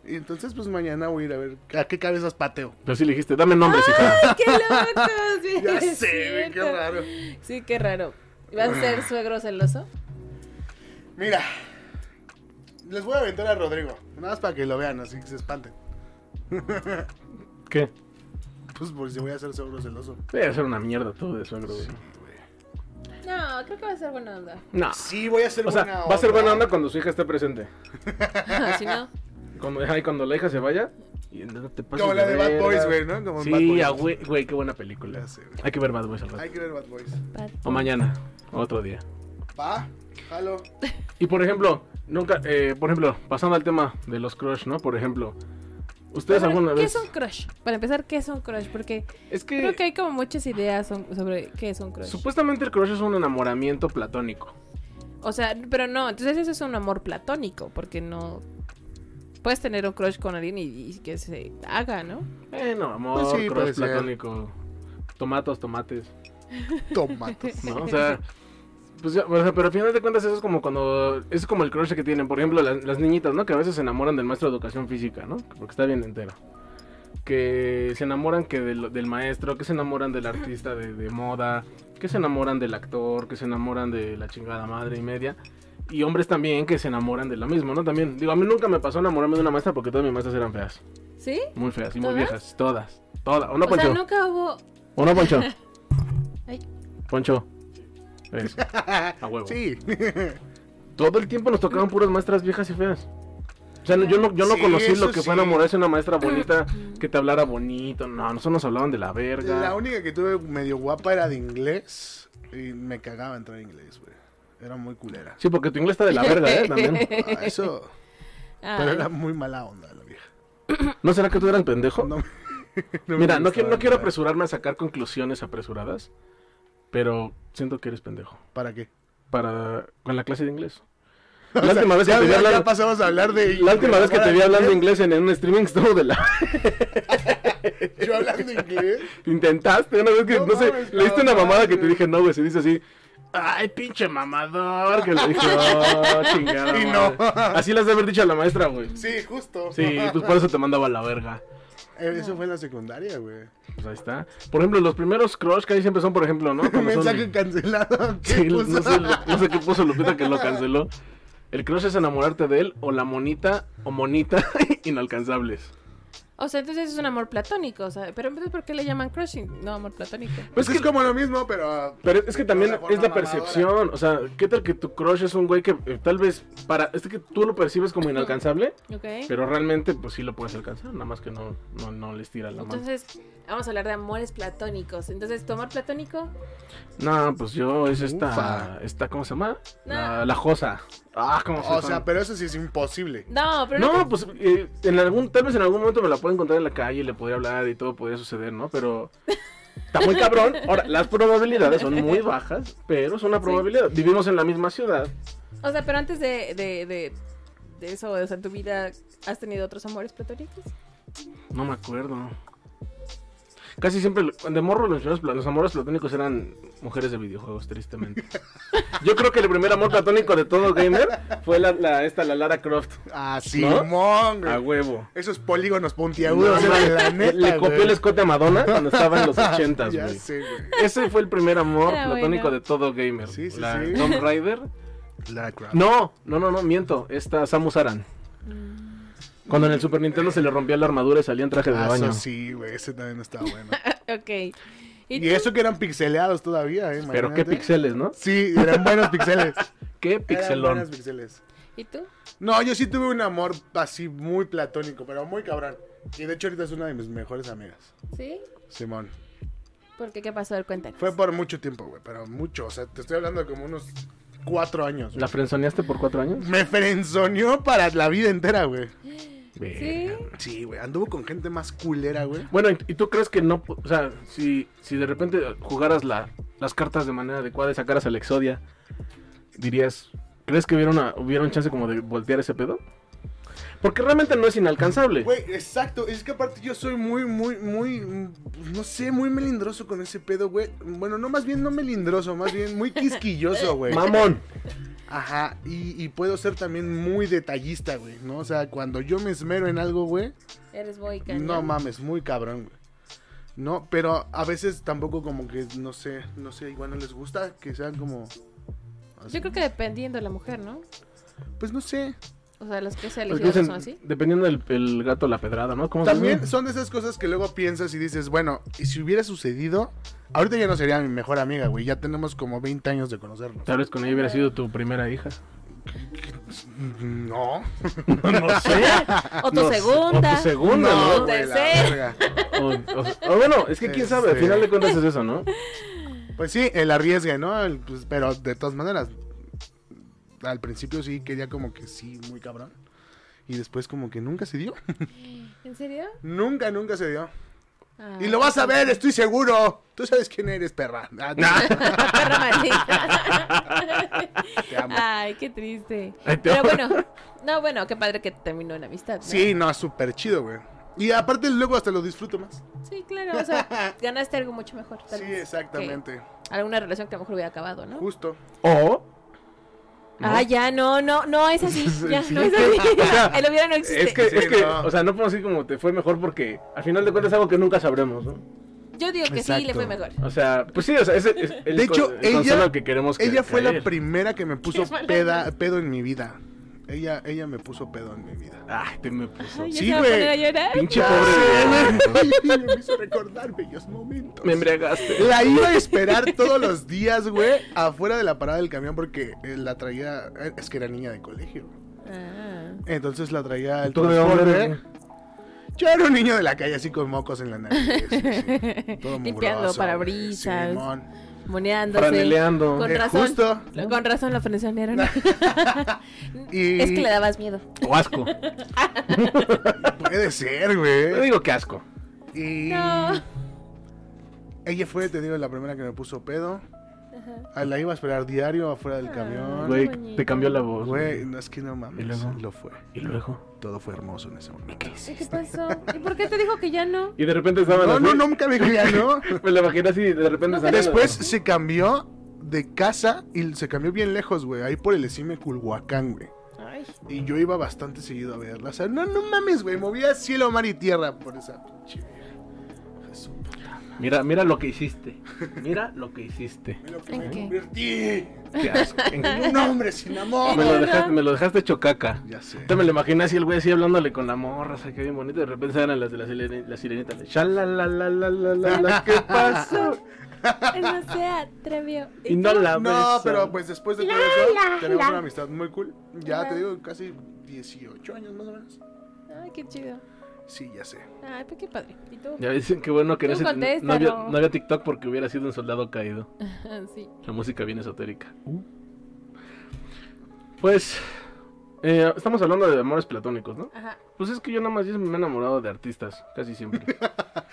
Y entonces, pues mañana voy a ir a ver a qué cabezas pateo.
Pero sí le dijiste, dame nombres,
(laughs) Ah.
hija.
¡Qué loco! Sí, (laughs)
Ya
es
sé, güey, qué
cierto.
raro.
Sí, qué raro. ¿Vas a
(clears throat)
ser suegro celoso?
Mira, les voy a aventar a Rodrigo, nada más para que lo vean, así que se espanten.
¿Qué?
Pues por si voy a ser seguro celoso.
Voy a hacer una mierda tú de suegro. güey.
No, creo que va a ser buena (laughs) onda.
No.
Sí, voy a ser
O sea,
buena
va a ser
onda.
buena onda cuando su hija esté presente.
Ah, si no,
Cuando, ay, cuando la hija se vaya. Y no te pases
Como la de Bad
verga.
Boys, güey, ¿no? Como en Bad
Sí,
Boys.
a güey, güey, qué buena película.
Ya sé, güey.
Hay que ver Bad Boys al rato.
Hay que ver Bad Boys.
Bad
O mañana, o otro día.
Va, jalo.
Y por ejemplo, nunca, eh, por ejemplo, pasando al tema de los crush, ¿no? Por ejemplo, ¿ustedes
Pero,
alguna
¿Qué
vez?
es un crush? Para empezar, ¿qué es un crush? Porque
Es
creo que
que
hay como muchas ideas son- sobre qué es un crush.
supuestamente el crush es un enamoramiento platónico.
O sea, pero no, entonces eso es un amor platónico, porque no... Puedes tener un crush con alguien y, y que se haga, ¿no?
Bueno, amor,
Pues sí, puede
crush
ser.
platónico. Tomatos, tomates, (laughs)
Tomates.
¿no? O sea, pues ya, o sea, pero al final de cuentas eso es como cuando es como el crush que tienen, por ejemplo, las, las niñitas, ¿no? Que a veces se enamoran del maestro de educación física, ¿no? Porque está bien entero. Que se enamoran que del, del maestro, que se enamoran del artista de, de moda, que se enamoran del actor, que se enamoran de la chingada madre y media. Y hombres también que se enamoran de lo mismo, ¿no? También, digo, a mí nunca me pasó enamorarme de una maestra porque todas mis maestras eran feas,
¿Sí?
muy feas y muy
¿Todas?
viejas, todas, todas. ¿O no,
o
Poncho?
sea, nunca hubo...
¿O no, Poncho?
Ay.
Poncho. Eso.
(laughs)
A huevo. (laughs)
Sí.
Todo el tiempo nos tocaban puras maestras viejas y feas. O sea, no- yo no, yo no
Sí,
conocí lo
eso
que fue
sí.
enamorarse de una maestra bonita que te hablara bonito. No, nosotros nos hablaban de la verga.
La única que tuve medio guapa era de inglés. Y me cagaba entrar en inglés, güey. Era muy culera.
Sí, porque tu inglés está de la verga, ¿eh? También.
Ah, eso. Pero
Ay.
era muy mala onda la vieja. (laughs)
¿No será que tú eras pendejo?
No me- me
Mira, no, quiero- no
gustaba
quiero
nada.
apresurarme a sacar conclusiones apresuradas, pero siento que eres pendejo.
¿Para qué?
Para... Con la clase de inglés.
(laughs) O
La
sea,
última vez que
ya,
te vi
ya-
hablar-
ya pasamos a hablar de.
La última
de
vez que te vi hablando inglés en en un streaming estuvo de la...
(laughs) Yo hablando inglés.
Intentaste una vez que, no,
No
sé,
mames,
le diste una
cabrón,
mamada que te
güey.
dije, no, güey, se dice así. Ay, pinche mamador, que le dije,
(laughs)
oh, chingada.
Y
madre".
no.
Así las de haber dicho a la maestra, güey.
Sí, justo.
Sí, pues por eso te mandaba a la verga.
Eh, Eso fue en la secundaria, güey.
Pues ahí está. Por ejemplo, los primeros crush que ahí siempre son, por ejemplo, (laughs) ¿no? Cuando son-
Mensaje cancelado. (laughs) ¿Qué
Sí, no,
puso?
sé, lo- no sé qué puso Lupita que lo canceló. El crush es enamorarte de él o la monita o monita (laughs) inalcanzables.
O sea, entonces es un amor platónico, o sea, pero entonces ¿por qué le llaman crushing? No, amor platónico.
Pues es que es como lo mismo, pero.
Pero es que también
De forma
es la
mamadora.
percepción. O sea, ¿qué tal que tu crush es un güey que eh, tal vez para. Es que tú lo percibes como inalcanzable,
¿Ok?
pero realmente, pues sí lo puedes alcanzar. Nada más que no, no, no les tira la mano.
Entonces, vamos a hablar de amores platónicos. Entonces, ¿tu amor platónico?
No, pues yo es
Ufa.
esta. esta ¿Cómo se llama?
No.
La, la Josa. Ah, ¿cómo se
O sea,
llama?
pero eso sí es imposible.
No, pero no.
No, pues eh, en algún, tal vez en algún momento me la puedo encontrar en la calle y le podría hablar y todo podría suceder, ¿no? Pero está muy cabrón. Ahora, las probabilidades son muy bajas, pero es una probabilidad. Vivimos en la misma ciudad.
O sea, pero antes de, de, de, de eso, o sea, en tu vida, ¿has tenido otros amores platónicos?
No me acuerdo. Casi siempre, de morro, los, primeros pla- los amores platónicos eran mujeres de videojuegos, (laughs) tristemente. Yo creo que el primer amor platónico de todo gamer fue la, la- esta, la Lara Croft.
Ah,
¿No?
Simón,
A
güey.
huevo.
Esos polígonos puntiagudos,
No,
eran la
mames,
neta.
le copió
güey.
el escote a Madonna cuando estaba en los ochentas,
(laughs) Ya
güey.
sé, güey.
Ese fue el primer amor
Era
platónico
bueno.
de todo gamer.
Sí, sí,
la
sí.
Tomb Raider.
Lara Croft.
No, no, no, no, miento. Esta Samus Aran. Cuando en el Super Nintendo se le rompía la armadura y salía en traje de
Ah,
baño.
eso sí, güey, ese también estaba bueno.
Ok. ¿Y,
Y
tú?
eso que eran pixeleados todavía, ¿eh?
Pero qué
imagínate.
pixeles, ¿no?
Sí, eran
(laughs)
buenos pixeles.
Qué
Eran
pixelón.
buenos pixeles.
¿Y tú?
No, yo sí tuve un amor así muy platónico, pero muy cabrón. Y de hecho ahorita es una de mis mejores amigas,
¿Sí?
Simón.
¿Por qué? ¿Qué pasó? A ver, cuéntanos.
Fue por mucho tiempo, güey, pero mucho. O sea, te estoy hablando de como unos cuatro años. güey.
¿La frenzoneaste por cuatro años?
Me frenzoneó para la vida entera, güey.
¿Sí?
Sí, güey, anduvo con gente más culera, güey.
Bueno, ¿y- ¿y tú crees que no? pu- O sea, si, si de repente jugaras la- las cartas de manera adecuada y sacaras al Exodia, dirías, ¿crees que hubiera, una, hubiera un chance como de voltear ese pedo? Porque realmente no es inalcanzable.
Güey, exacto. Es que aparte yo soy muy, muy, muy. mm, No sé, muy melindroso con ese pedo, güey. Bueno, no, más bien no melindroso, más bien muy quisquilloso, güey.
Mamón.
Ajá. Y, y puedo ser también muy detallista, güey, ¿no? O sea, cuando yo me esmero en algo, güey.
Eres muy cañón.
No mames, muy cabrón, güey. No, pero a veces tampoco como que, no sé, no sé, igual no les gusta que sean como. así.
Yo creo que dependiendo de la mujer, ¿no?
Pues no sé.
O sea, los que se
Pues
eligieron
dicen,
son así.
Dependiendo del el gato la pedrada, ¿no? ¿Cómo se
También
dice?
son de esas cosas que luego piensas y dices, bueno, y si hubiera sucedido, ahorita ya no sería mi mejor amiga, güey. Ya tenemos como 20 años de conocernos.
Tal vez con ella hubiera sido tu primera hija.
No.
(laughs) No, sé.
¿eh?
(laughs) O tu segunda.
O tu segunda,
No,
¿no?
te-
güey, la
tercera.
verga.
O, o- o bueno, es que quién sabe, al
Este-
final de cuentas es eso, ¿no?
Pues sí, el arriesgue, ¿no? El, pues, pero de todas maneras, al principio sí quería como que sí, muy cabrón. Y después como que nunca se dio. (laughs)
¿En serio?
Nunca, nunca se dio.
Ah,
Y lo vas a ver, estoy seguro. Tú sabes quién eres, perra. Ah,
(laughs)
te-
perra maldita.
(laughs) Te amo.
Ay, qué triste.
Ay, te
Pero
amo.
bueno, no, bueno, qué padre que terminó en amistad. ¿no?
Sí, no, súper chido, güey. Y aparte luego hasta lo disfruto más.
Sí, claro, o
(laughs)
sea, ganaste algo mucho mejor. tal
Sí,
vez,
exactamente.
que alguna relación que a lo mejor hubiera acabado, ¿no?
Justo.
O
Ah, ya, no, no, no, es
(laughs)
así. Ya,
Sí,
no es
es
así.
que- o sea,
(laughs) El hubiera no existe.
es que,
Sí,
es que
no.
o sea, no podemos decir como te fue mejor porque al final de cuentas es algo que nunca sabremos, ¿no?
Yo digo que sí, le fue
Exacto.
mejor.
O sea, pues sí, o sea, ese es el
De hecho,
con- el
ella,
consuelo que queremos Pues que-
ella fue la
creer.
primera que me
(laughs)
puso
Qué mala
peda- pedo en mi vida. Ella, ella me puso pedo en mi
(laughs)
vida.
Ay, te me puso.
Ay, ya
Sí,
se va a
güey.
poner a llorar.
Pinche
Ya
pobre.
sé, güey. me hizo recordar bellos
(laughs)
momentos.
Me embriagaste.
La iba a esperar todos los días, güey, afuera de la parada del camión porque eh, la traía. eh, Es que era niña de colegio.
Ah.
Entonces la traía el
¿Tú de dónde
transporte.
eres?
Yo era un niño de la calle así con mocos en la nariz. sí, sí.
(laughs)
Todo
Limpiando
mugroso,
parabrisas.
güey. Simón.
Moneándose.
Franeleando.
Con
Eh,
razón.
justo.
Lo- Con razón lo (laughs) frenzonearon.
(laughs) Y-
Es que le dabas miedo.
O asco.
Puede ser,
Yo
güey.
digo que asco.
Y
No.
ella fue, te digo, la primera que me puso pedo.
Ajá.
Ah, La iba a esperar diario afuera del
Ah.
camión.
Güey,
bonito.
te cambió la voz.
Güey, no es que no mames.
¿Y luego?
Lo fue.
Y luego.
Todo fue hermoso en ese momento.
¿Y qué pasó? ¿Y por qué te dijo que ya no?
Y de repente estaban
No,
así.
no, nunca me dijo ya,
(laughs)
¿no?
Me la imaginé así, de repente
No,
saliendo.
Después se cambió de casa y se cambió bien lejos, güey. Ahí por el Esime Culhuacán, güey.
Ay,
Y yo iba bastante seguido a verla. O sea, no, no mames, güey. Movía cielo, mar y tierra por esa pinche vieja. Jesús.
Mira, mira lo que hiciste. Mira lo que hiciste.
En lo que
¿En
me
qué?
convertí.
Qué
(laughs)
asco.
En un hombre sin amor.
Me lo
¿Verdad?
dejaste, me lo dejaste chocaca.
Ya sé.
Ahorita me lo imaginé así el güey así hablándole con la morra, o sea, que bien bonito. De repente eran las de la, sirene- la sirenita. le, "Shalalalalala,
(laughs)
¿Qué pasó?
(laughs) él no se atrevió.
Y no la
No,
besa.
pero pues después de todo eso, tenemos una amistad muy cool. Ya
La.
te digo, casi 18 años más o menos.
Ay, qué chido.
Sí,
(laughs)
ya sé.
Ay, pues qué padre. ¿Y tú?
Ya dicen que bueno que en
Tú
ese- no,
contéstalo.
no había, no había TikTok porque hubiera sido un soldado caído.
Ah, sí.
La música bien esotérica. Uh. Pues, eh, estamos hablando de amores platónicos, ¿no?
Ajá.
Pues es que yo nada más me he enamorado de artistas, casi
(laughs)
siempre.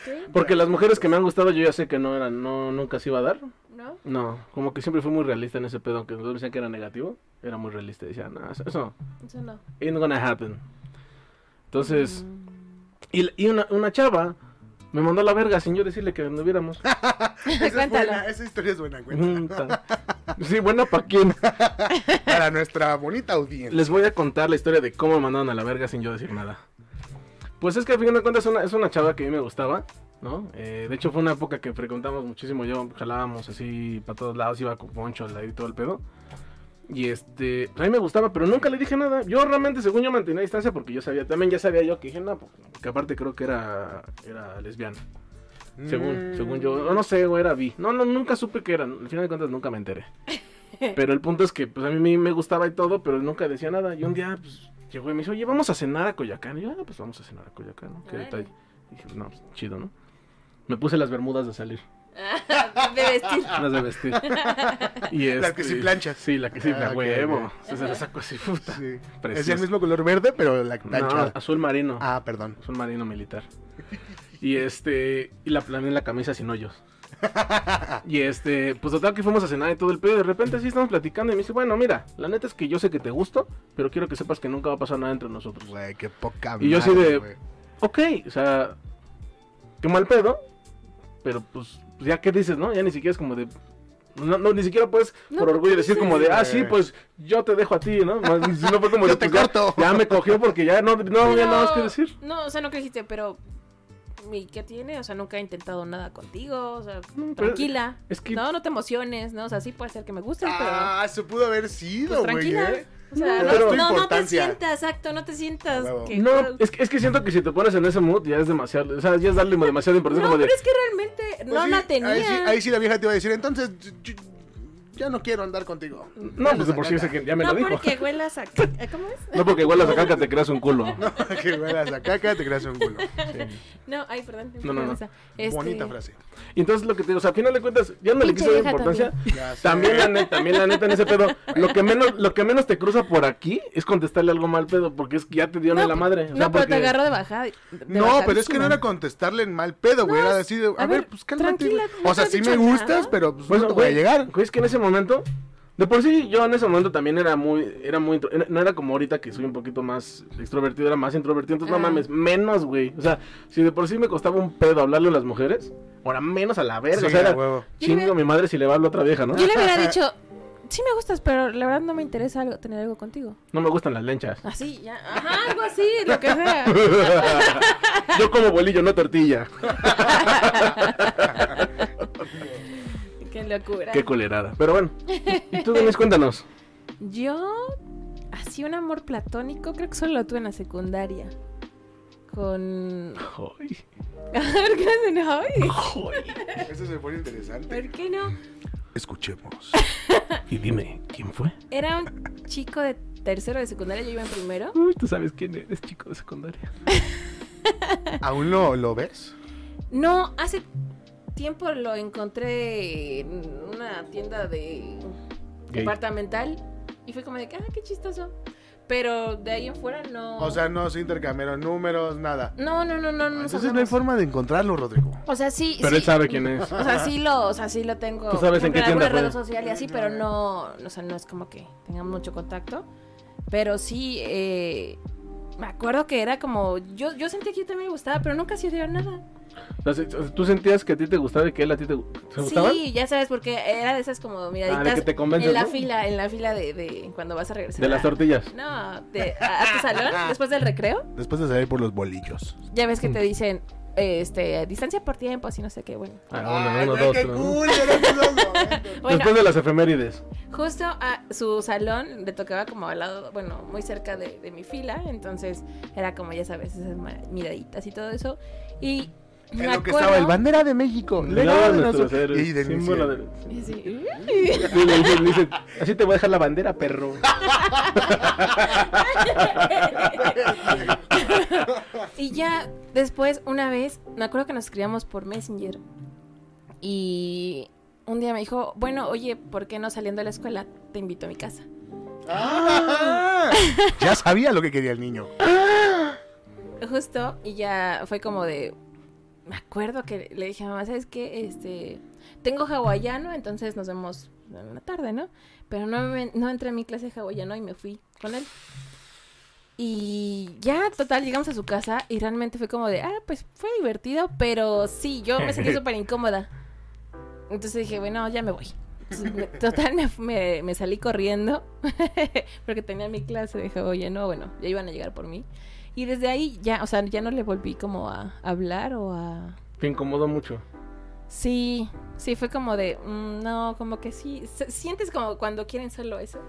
¿Sí?
Porque las mujeres que me han gustado yo ya sé que no eran, no, nunca se iba a dar.
¿No?
No, como que siempre fui muy realista en ese pedo, aunque todos decían que era negativo, era muy realista. Decía, no, eso- eso
Eso
(laughs)
no.
ain't gonna happen. Entonces,
Mm.
y, y una, una chava me mandó a la verga sin yo decirle que nos viéramos.
Esa, es
Cuéntalo.
buena, esa historia es buena, cuenta.
Mm. Junta. sí, buena pa' quién.
Para nuestra bonita audiencia.
Les voy a contar la historia de cómo me mandaron a la verga sin yo decir nada. Pues es que al fin de cuentas es una, es una chava que a mí me gustaba, ¿no? Eh, de hecho fue una época que frecuentamos muchísimo, yo jalábamos así para todos lados, iba con poncho al lado y todo el pedo. Y este, a mí me gustaba, pero nunca le dije nada. Yo realmente, según yo, mantenía distancia porque yo sabía, también ya sabía yo que dije, no, porque, porque aparte creo que era, era lesbiana. Según,
Mm.
según yo, no, no sé, o era bi. No, no, nunca supe que eran. Al final de cuentas nunca me
(laughs)
enteré. Pero el punto es que, pues a mí me- me gustaba y todo, pero nunca decía nada. Y un día, pues, llegó y me dijo, oye, vamos a cenar a Coyacán. Y yo, ah, pues vamos a cenar a Coyacán, ¿no? Qué
Órale.
detalle. Y dije, no, pues chido, ¿no? Me puse las bermudas de salir,
(laughs) de vestir.
las de
(laughs)
vestir. y
Ah.
este,
La que sí planchas.
Sí, la que sí,
Ah,
la
ok,
huevo.
ok.
O sea, se la saco así, puta.
Sí. Es
Precioso.
el mismo color verde, pero la
No,
plancha.
azul marino.
ah, perdón.
Es un marino militar. Y este, y la planeé en la camisa sin hoyos. Y este, pues total que fuimos a cenar y todo el pedo. y De repente así estamos platicando y me dice, bueno, mira, la neta es que yo sé que te gusto, pero quiero que sepas que nunca va a pasar nada entre nosotros.
Güey, qué poca
Y yo así
madre,
de-
güey.
Ok, o sea, qué mal pedo, pero pues, pues, ya que dices, ¿no? Ya ni siquiera es como de... No, no, ni siquiera puedes
No,
por orgullo decir como de, ah,
sí.
sí, pues yo te dejo a ti, ¿no? Más- no fue como de,
Yo te
pues, ya-
corto.
Ya, me cogió porque ya no, no había
Pero-
nada más que decir.
No, o sea, no que dijiste, pero. ¿Y qué tiene? O sea, nunca he intentado nada contigo. O sea,
No, pero-
tranquila.
es que-
No, no te emociones, ¿no? O sea, sí puede ser que me gustes, pero.
Ah, se pudo haber
Pues
sido, güey.
tranquila.
¿eh?
O sea,
No,
no,
pero-
no, no te
Importancia. Ah,
sientas, exacto, no te sientas.
Huevo.
que-
No, es que, es que siento que si te pones en ese mood ya es demasiado, o sea, ya es darle demasiada
No,
importancia como de,
pero es que realmente
Pues
no
sí,
la tenía.
Ahí sí, ahí sí la vieja te iba a decir, entonces yo- yo- ya no quiero andar contigo.
no, pues de por sí sé que ya me
no
lo dijo.
porque huelas a. ¿eh, ¿Cómo es?
(laughs) No porque igual la sacaca te creas un culo.
No, (laughs) que veas la caca, te creas un culo.
No, ay, perdón. me
No, no, no.
puse a pensar. Este,
Bonita frase.
Y entonces lo que te digo, o sea, al final de cuentas ya no le
Pinche
quise dar
vieja
importancia.
Ya
(laughs)
sé.
También la, neta, también la neta en ese pedo, lo que menos lo que menos te cruza por aquí es contestarle algo mal pedo porque es que ya te dio en la madre. O sea,
no, pero
porque-
te agarró de bajada. de
No, pero es que no
bajadísima.
era contestarle en mal pedo, güey.
No,
Era
es-
decir, a,
a
ver,
ver,
pues cálmate.
tranquila,
güey.
no
O sea,
te
sí
he
me
dicho
gustas,
nada.
pero pues,
Pues,
no te voy a
güey,
llegar.
güey, es que en ese momento, de por sí yo en ese momento también era muy, era muy, intro- era- no era como ahorita que soy un poquito más extrovertido, era más introvertido, entonces no
Ah.
mames, menos, güey. O sea, si de por sí me costaba un pedo hablarle a las mujeres, ahora menos a la verga,
Sí,
o sea,
a
era,
huevo.
chingo a mi madre si le va a hablar a otra vieja, ¿no?
Yo le hubiera dicho, sí me gustas, pero la verdad no me interesa algo- tener algo contigo.
No me gustan
(laughs)
las lenchas.
Así, ya, ajá, algo así, lo que
(laughs)
sea.
Yo como bolillo, no tortilla.
Qué locura.
Qué culerada. Pero bueno, y tú Denise, cuéntanos.
Yo, así un amor platónico, creo que solo lo tuve en la secundaria. Con... (laughs)
Ay,
¿Por qué se enojó?
(laughs) ay.
Eso se pone interesante.
¿Por qué no?
Escuchemos.
Y dime, ¿quién fue?
Era un chico de tercero de secundaria, yo iba en primero.
Uy, tú sabes quién eres, chico de secundaria.
¿Aún lo, lo ves?
No, hace tiempo lo encontré en una tienda de
Gay.
departamental y fue como de, que, ah, qué chistoso. Pero de ahí en fuera no.
O sea, no se intercambiaron números, nada.
no, no, no, no. no nos
Entonces no hay
hablamos.
forma de encontrarlo, Rodrigo.
O sea, sí.
Pero
sí.
él sabe quién es.
O sea, sí lo, o sea, sí lo tengo.
Tú sabes
por
en qué
ejemplo, alguna
tienda
red
fue.
social y así, pero no, o sea, no es como que tengamos mucho contacto. Pero sí, eh, me acuerdo que era como, yo, yo sentía que yo también me gustaba, pero nunca se dio nada.
O sea, ¿Tú sentías que a ti te gustaba y que él a ti te, gu- te gustaba?
Sí, ya sabes, porque era de esas como miraditas
que te convences,
en la
¿no?
fila, en la fila de, de cuando vas a regresar.
De las
a-
tortillas.
No, de- a, a tu
(laughs)
salón, después del recreo,
Después de salir por los bolillos.
ya ves que
Mm.
te dicen, eh, este, distancia por tiempo, así no sé qué, bueno.
Ah, bueno,
Ay,
uno,
güey,
dos,
qué
tres, ¿no?
cool, eran esos momentos.
Bueno,
Después de las efemérides.
pues
Justo a su salón le tocaba como al lado, bueno, muy cerca de, de mi fila, entonces era como, ya sabes, esas ma- miraditas y todo eso. Y me
En lo que
acuerdo-
estaba el bandera de México.
Legado de nuestros
nuestro-
héroes,
Y de mi
símbolo
cielo.
de-
Y así,
(laughs)
Sí, le dicen- le dicen, así te voy a dejar la bandera, perro.
(laughs) y ya después, una vez, me acuerdo que nos escribíamos por Messenger. Y un día me dijo, bueno, oye, ¿por qué no saliendo de la escuela te invito a mi casa?
Ah, ya sabía lo que quería el niño.
Justo, y ya fue como de. Me acuerdo que le dije a mamá, ¿sabes qué? Este. Tengo hawaiano, entonces nos vemos en la tarde, ¿no? Pero no, me- no entré a mi clase de hawaiano y me fui con él. Y ya, total, llegamos a su casa y realmente fue como de, ah, pues fue divertido, pero sí, yo me sentí súper incómoda. Entonces dije, bueno, ya me voy. Entonces, me- Total, me, me- me salí corriendo (laughs) porque tenía mi clase. Dije, oye, no, bueno, ya iban a llegar por mí. Y desde ahí ya, o sea, ya no le volví como a hablar o a...
Te incomodó mucho.
Sí, sí, fue como de, mm, no, como que sí. S- Sientes como cuando quieren solo eso.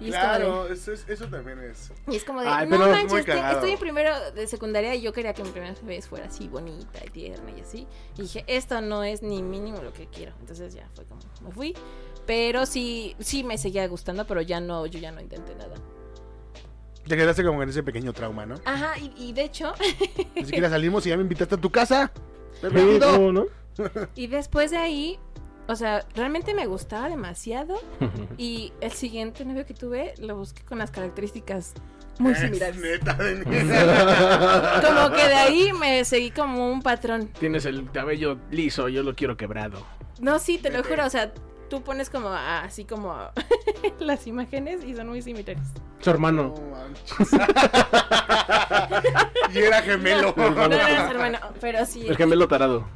Y es como de,
Claro, eso, es- eso también es.
y es como de,
Ay,
no
pero es
manches,
muy
te-
cagado".
estoy en primero de secundaria y yo quería que mi primera vez fuera así bonita y tierna y así. Y dije, esto no es ni mínimo lo que quiero. Entonces ya fue como, me fui. Pero sí, sí me seguía gustando, pero ya no, yo ya no intenté nada.
Te quedaste como en ese pequeño trauma, ¿no?
Ajá, y, y de hecho, (laughs)
Ni siquiera salimos y ya me invitaste a tu casa.
Sí,
Permitido.
¿cómo no?
y después de ahí, o sea, realmente me gustaba demasiado. Y el siguiente novio que tuve lo busqué con las características
Ah,
muy similares.
(laughs) Neta, Denise. (laughs)
Como que de ahí me seguí como un patrón.
(laughs) Tienes el cabello liso, yo lo quiero quebrado.
No, sí, te lo juro, o sea, tú pones como a- así como a- (laughs) las imágenes y son muy similares.
Su hermano.
No manches. y era (laughs) gemelo.
No, no, no, hermano, pero sí.
El gemelo tarado.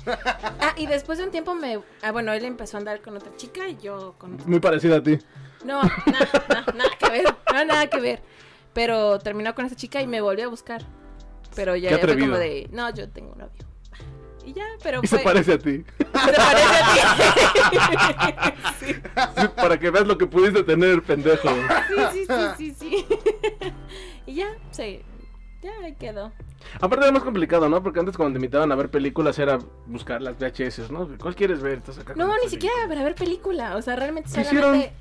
Ah, y después de un tiempo me... Ah, bueno, él empezó a andar con otra chica y yo con...
Muy parecido a ti. (laughs)
No, no, no, nada que ver, no, nada que ver. Pero terminó con esta chica y me volvió a buscar. Pero ya
Qué
ya fue como
atrevido.
de, no, yo tengo un novio. Y ya, pero
Y
fue...
se parece a ti.
se parece a ti.
Sí, para que veas lo que pudiste tener, pendejo.
(laughs) Sí, sí, sí, sí, sí. (laughs) y ya, sí. Ya ahí quedó.
Aparte era más complicado, ¿no? Porque antes cuando te invitaban a ver películas era buscar las VHS, ¿no? ¿Cuál quieres ver? Estás acá con
No,
la
ni
película.
siquiera para ver película. O sea, realmente
¿Qué
solamente.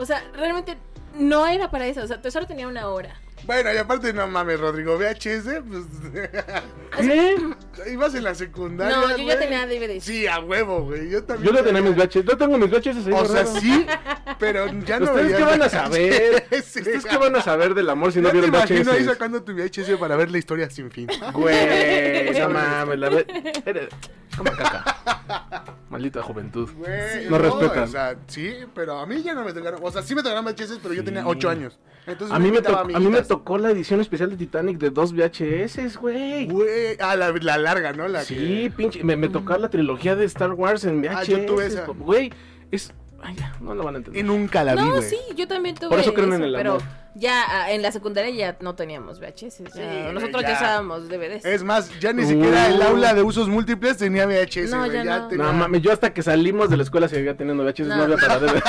O sea, realmente no era para eso. O sea, tú solo tenía una hora.
Bueno, y aparte, no mames, Rodrigo, VHS, pues. (laughs)
¿Qué?
Ibas en la secundaria.
No, yo ya
güey.
tenía DVD.
Sí, a huevo, güey. Yo también.
Yo no tenía mis VHS. Yo tengo mis VHS ahí.
O sea,
guardados.
sí, pero ya no
¿Ustedes
veía
qué van a
VHS.
saber?
(laughs) Sí.
¿Ustedes qué van a saber del amor si
Ya
no
te
vieron
imagino ahí
VHS?
sacando tu VHS para ver la historia sin
(laughs)
fin. (laughs)
Güey, no mames, la ve- eres- Come caca. Maldita juventud.
Güey,
No respetan.
O sea, sí, pero a mí ya no me tocaron. O sea, sí me tocaron VHS, pero yo
Sí.
tenía 8 años. Entonces
A mí, me
invitaba
tocó, a mí me
amiguitas.
tocó la edición especial de Titanic de dos VHS, güey.
Güey, ah, la, la larga, ¿no? La
Sí, pinche. Me, me tocó la trilogía de Star Wars en VHS.
Ah, yo tuve esa.
Güey, es. Ay, ya, no lo van a
que- Y
entender.
nunca la vi,
No,
güey.
sí, yo también tuve.
Por eso creen en el
pero
amor.
ya ah, en la secundaria ya no teníamos VHS. ya-
Sí, güey,
nosotros
ya.
ya usábamos DVDs. (laughs)
(laughs) Es más, ya ni
Uh.
siquiera el aula de usos múltiples tenía VHS,
No,
güey.
ya
ya
no.
No
tenía-
mames, yo hasta que salimos de la escuela seguía teniendo VHS, no,
No.
había para
(laughs)
de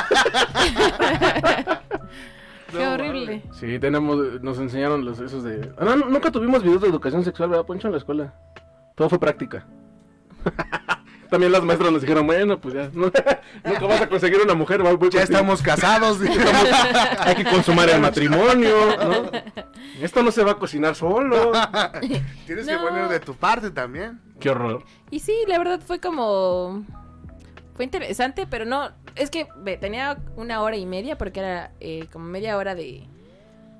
Qué horrible.
Sí, tenemos, nos enseñaron los esos de. Ah, no, nunca tuvimos videos de educación sexual, ¿verdad, Poncho, en la escuela? Todo fue
(laughs)
práctica. También las maestras nos dijeron, bueno, pues ya, no- (laughs) nunca vas a conseguir una mujer, va, voy
Ya
por ti".
estamos casados. (laughs)
Hay que consumar el matrimonio,
(laughs)
¿no? Esto no se va a cocinar solo.
Tienes que
No.
poner de tu parte también.
Qué horror.
Y sí, la verdad fue como. Fue interesante, pero no. Es que ve, tenía una hora y media, porque era eh, como media hora de.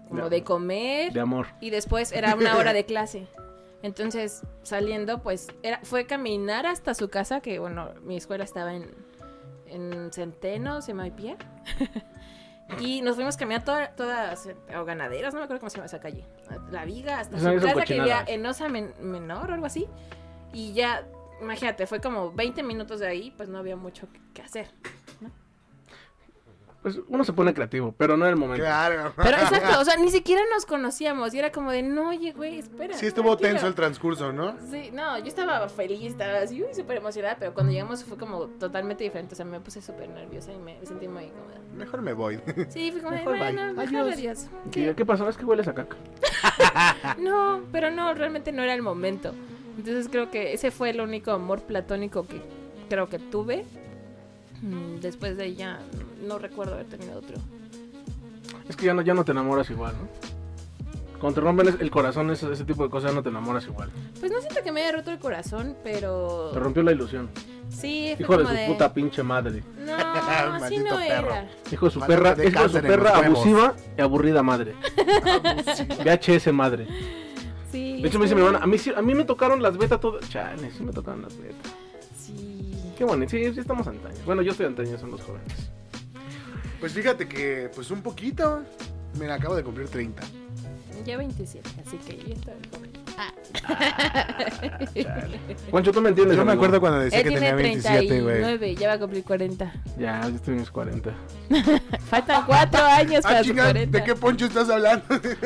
como
De-
de comer
De amor.
y después era una hora de clase. Entonces, saliendo, pues, era, fue caminar hasta su casa, que bueno, mi escuela estaba en, en Centeno, se me pía. (laughs) y nos fuimos caminando toda, todas, o ganaderas, no me acuerdo cómo se llama esa calle. La viga, hasta
Esas
su
son
casa, que vivía
cochinadas.
en Osa Men- Menor o algo así. Y ya, imagínate, fue como 20 minutos de ahí, pues no había mucho que- que hacer.
Pues uno se pone creativo, pero no en el momento.
Claro.
Pero exacto, o sea, ni siquiera nos conocíamos y era como de, no, oye, güey, espera.
(laughs) Sí estuvo
tranquilo".
tenso el transcurso, ¿no?
Sí, no, yo estaba feliz, estaba así, uy, súper emocionada, pero cuando llegamos fue como totalmente diferente, o sea, me puse súper nerviosa y me sentí muy incómoda.
Mejor
(laughs)
me voy.
Sí, fue como, de,
Mejor bye.
bueno, mejor adiós.
Y yo, ¿Qué pasó? Es que hueles a caca.
No, pero no, realmente no era el momento. Entonces creo que ese fue el único amor platónico que creo que tuve. Mm, Después de ella, no recuerdo haber tenido otro.
Es que ya no, ya no te enamoras igual, ¿no? Cuando te rompen es- el corazón, ese, ese tipo de cosas, ya no te enamoras igual.
Pues no siento que me haya roto el corazón, pero...
Te rompió la ilusión.
Sí, fue
Hijo de
como
su
de...
puta pinche madre. (laughs)
No, así
Maldito
no
perro.
era.
Hijo de su
Ojalá
perra,
te dé
hijo de su
cáncer en los
perra
huevos.
abusiva y aburrida
(laughs)
madre. VHS madre.
Sí.
De hecho, me dice mi hermana, a mí, sí- a mí me tocaron las betas todas. Chale, sí me tocaron las betas.
Sí.
Qué bonito, sí, sí estamos antaños. Bueno, yo estoy antaño, son los jóvenes.
Pues fíjate que, pues un poquito. Mira, acabo de cumplir 30.
Ya 27, así que yo estaba joven.
Ah,
Chale. Juancho, tú me entiendes.
Yo me
amigo?
acuerdo cuando decía
Él
que tenía
tiene
27, güey.
39, ya va a cumplir 40.
Ya, yo estoy en mis 40.
Faltan 4 años para
Ah,
su
chinga,
40.
¿de qué poncho estás hablando?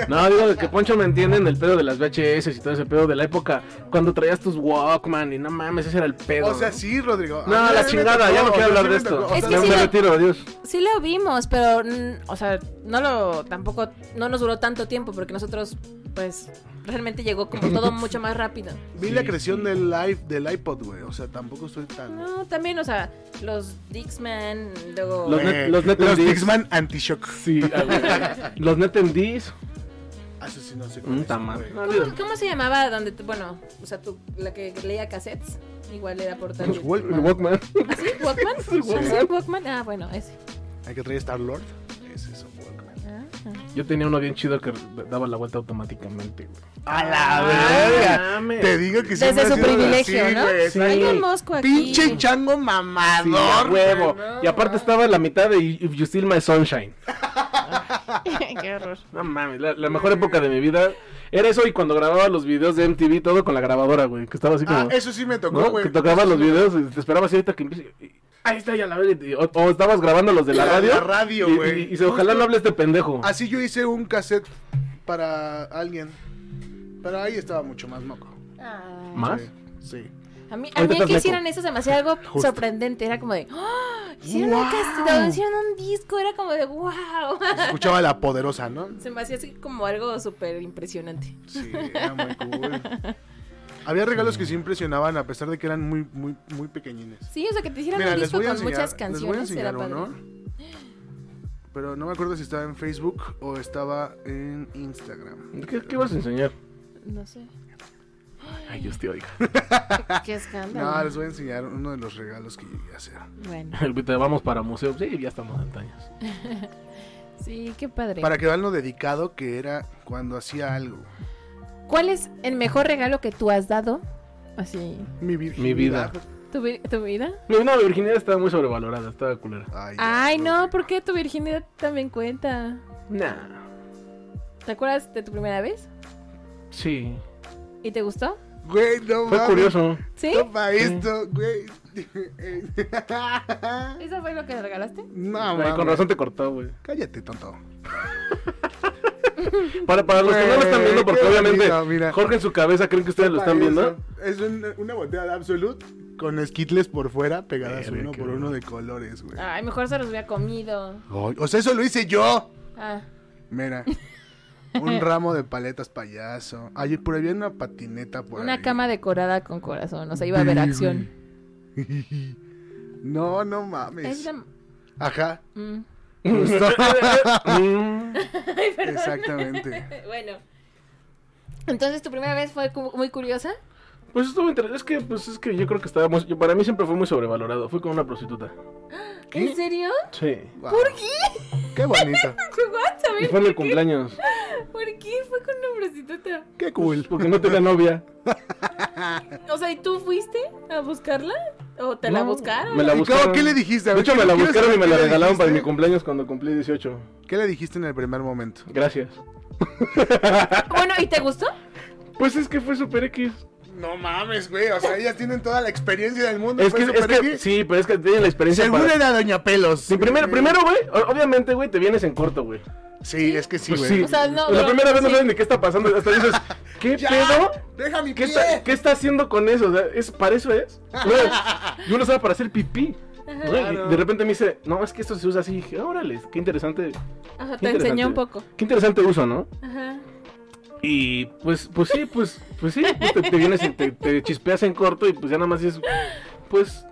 No, digo de que Poncho me entiende en el pedo de las VHS y todo ese pedo de la época cuando traías tus Walkman y no mames, ese era el pedo.
o sea, sí, Rodrigo. Ah,
No, la chingada, ya no quiero hablar de esto.
Es que
Me-
sí
me
lo-
retiro, adiós.
Sí lo vimos, pero mm, o sea, no lo tampoco no nos duró tanto tiempo porque nosotros pues realmente llegó como
(laughs)
todo mucho más rápido.
Vi la
Sí,
creación
sí.
del live del iPod, güey. O sea, tampoco estoy tan.
No, también, o sea, los Dixman, luego
Los net-
Eh,
los net
los
and dis.
Dixman anti-shock.
Sí, a huevo. (laughs) los NetMDs.
Asesinos
Un tamal.
(laughs)
¿Cómo,
No, olvídalo.
cómo se llamaba donde tú, bueno, o sea, tú la que leía cassettes, igual era portátil.
Los Walkman.
El Walkman.
¿Ah, sí?
(laughs)
¿Walkman?
Walkman.
¿Sí, Walkman? Ah, bueno, ese.
Hay que traer Star Lord. Ese es un Walkman.
Ah, ah.
Yo tenía uno bien chido que daba la vuelta automáticamente, güey. Ah,
A
la
verga.
Te digo que
Desde
siempre ha
su
sido
privilegio,
así,
¿no?
güey.
Sí.
Hay un mosco aquí.
Pinche chango
Sí, a
mamador.
huevo.
güey, no,
Y aparte estaba en la mitad de If You Still My Sunshine.
(laughs) Qué horror.
No mames, la, la mejor época de mi vida era eso y cuando grababa los videos de MTV todo con la grabadora, güey, que estaba así como...
Ah, eso sí me tocó,
¿no?
güey.
Que tocabas los videos y te esperabas así ahorita que empiece. y- Ahí está ya la verga. y- O, o estabas grabando los de la
La-
radio.
la radio,
y-
güey.
Y, y se- ojalá no hable este pendejo.
Así yo hice un cassette para alguien. Pero ahí estaba mucho más moco.
Ah.
¿Más?
Sí, Sí.
A mí, a
Ahorita
mí
estás
que
meco.
hicieran eso se me hacía algo sorprendente. Era como de. ¡Ah! Hicieron un
¡Wow!
castillo, hicieron un disco. Era como de wow.
Escuchaba la poderosa, ¿no?
(laughs) Se me hacía así como algo súper impresionante.
Sí, era
(laughs)
muy cool. Había regalos que sí impresionaban a pesar de que eran muy, muy, muy pequeñines.
Sí, o sea, que te hicieran
Mira,
un
les
disco
voy,
con
a enseñar,
muchas
les voy a
canciones.
enseñar
Era padre.
uno. Pero no me acuerdo si estaba en Facebook o estaba en Instagram.
¿Qué, qué vas a enseñar?
No
(laughs)
sé.
Ay, Dios te oiga. (laughs)
Qué
No,
escándalo.
les voy a enseñar uno de los regalos que llegué a hacer.
Bueno,
Ahorita vamos para museo. Sí, ya estamos antaños.
sí, qué padre.
Para que vean lo dedicado que era cuando hacía algo.
¿Cuál es el mejor regalo que tú has dado? Así,
Mi, virginidad.
Mi vida.
¿tu, vi- tu vida?
No, no, la virginidad estaba muy sobrevalorada, estaba culera.
Ay, ya,
Ay, no,
Rodrigo.
porque tu virginidad también cuenta.
Nah.
¿Te acuerdas de tu primera vez?
Sí.
¿Y te gustó?
Güey, no
Fue
mames.
curioso.
¿Sí?
Toma esto, güey. (laughs)
¿Eso fue lo que le regalaste?
no,
Ay,
mames.
con razón te cortó, güey.
Cállate, tonto.
Para, para los que no lo están viendo, porque
Qué
obviamente
bonito, mira.
Jorge en su cabeza creen que ustedes lo están viendo.
Es un- una botella de Absolut con esquitles por fuera pegadas
Verga,
uno
qué
por
bueno.
uno de colores, güey.
Ay, mejor se los hubiera comido.
Ay, O sea, eso lo hice yo.
Ah,
(laughs) Mira. Un ramo de paletas payaso. Ayer por ahí había una patineta por
una
ahí.
cama decorada con corazón. O sea, iba a haber
Sí,
acción.
(laughs) No, no
Es
mames.
la-
Ajá.
mm. (laughs)
(laughs)
Justo.
Mm.
Exactamente.
(laughs) Bueno. Entonces, ¿tu primera vez fue cu- muy curiosa?
Pues estuvo interesante. Es que, pues es que yo creo que estábamos. Yo, para mí siempre fue muy sobrevalorado. Fui con una prostituta.
¿Qué?
¿En serio?
Sí.
¿Por qué? Qué bonito.
(laughs) ¿What? A
Y
ver,
fue en el cumpleaños.
prostituta.
Qué cool.
Porque no tenía
(laughs)
novia.
O sea, ¿y tú fuiste a buscarla? ¿O te la
No,
buscaron?
me la
¿Y cómo-
buscaron.
qué le dijiste? A
De
ver,
hecho, me
quiero-
la
quiero
buscaron y
saber
me
qué
la
le
regalaron para mi
dijiste.
cumpleaños cuando cumplí 18.
¿Qué le dijiste en el primer momento?
Gracias.
Bueno, ¿y te gustó?
Pues es que fue Super X.
No mames, güey. O sea, ellas tienen toda la experiencia del mundo.
Es
fue
que, es
Super
que,
X.
sí, pero es que tienen la experiencia.
Según
para-
era Doña Pelos.
Sí, primero, primero, güey, o- obviamente, güey, te vienes en corto, güey.
Sí, es que sí,
Pues
güey.
sí.
O sea, no,
Pues la
no,
primera vez no
sí.
sabes ni qué está pasando. Hasta dices, (laughs) ¿qué
¡Ya!
pedo?
¡Deja mi
¿Qué
pie!
está, qué está haciendo con eso? O sea, ¿es, ¿Para eso es?
(laughs)
No, yo lo usaba para hacer pipí. ¿no? Y
Claro.
de repente me dice, no, es que esto se usa así. Y dije, órale, qué interesante.
Ajá,
qué
te enseñó
interesante.
un poco.
Qué interesante uso, ¿no?
Ajá.
Y pues, pues sí, pues, pues sí, pues te, te vienes y te, te chispeas en corto y pues ya nada más es, pues,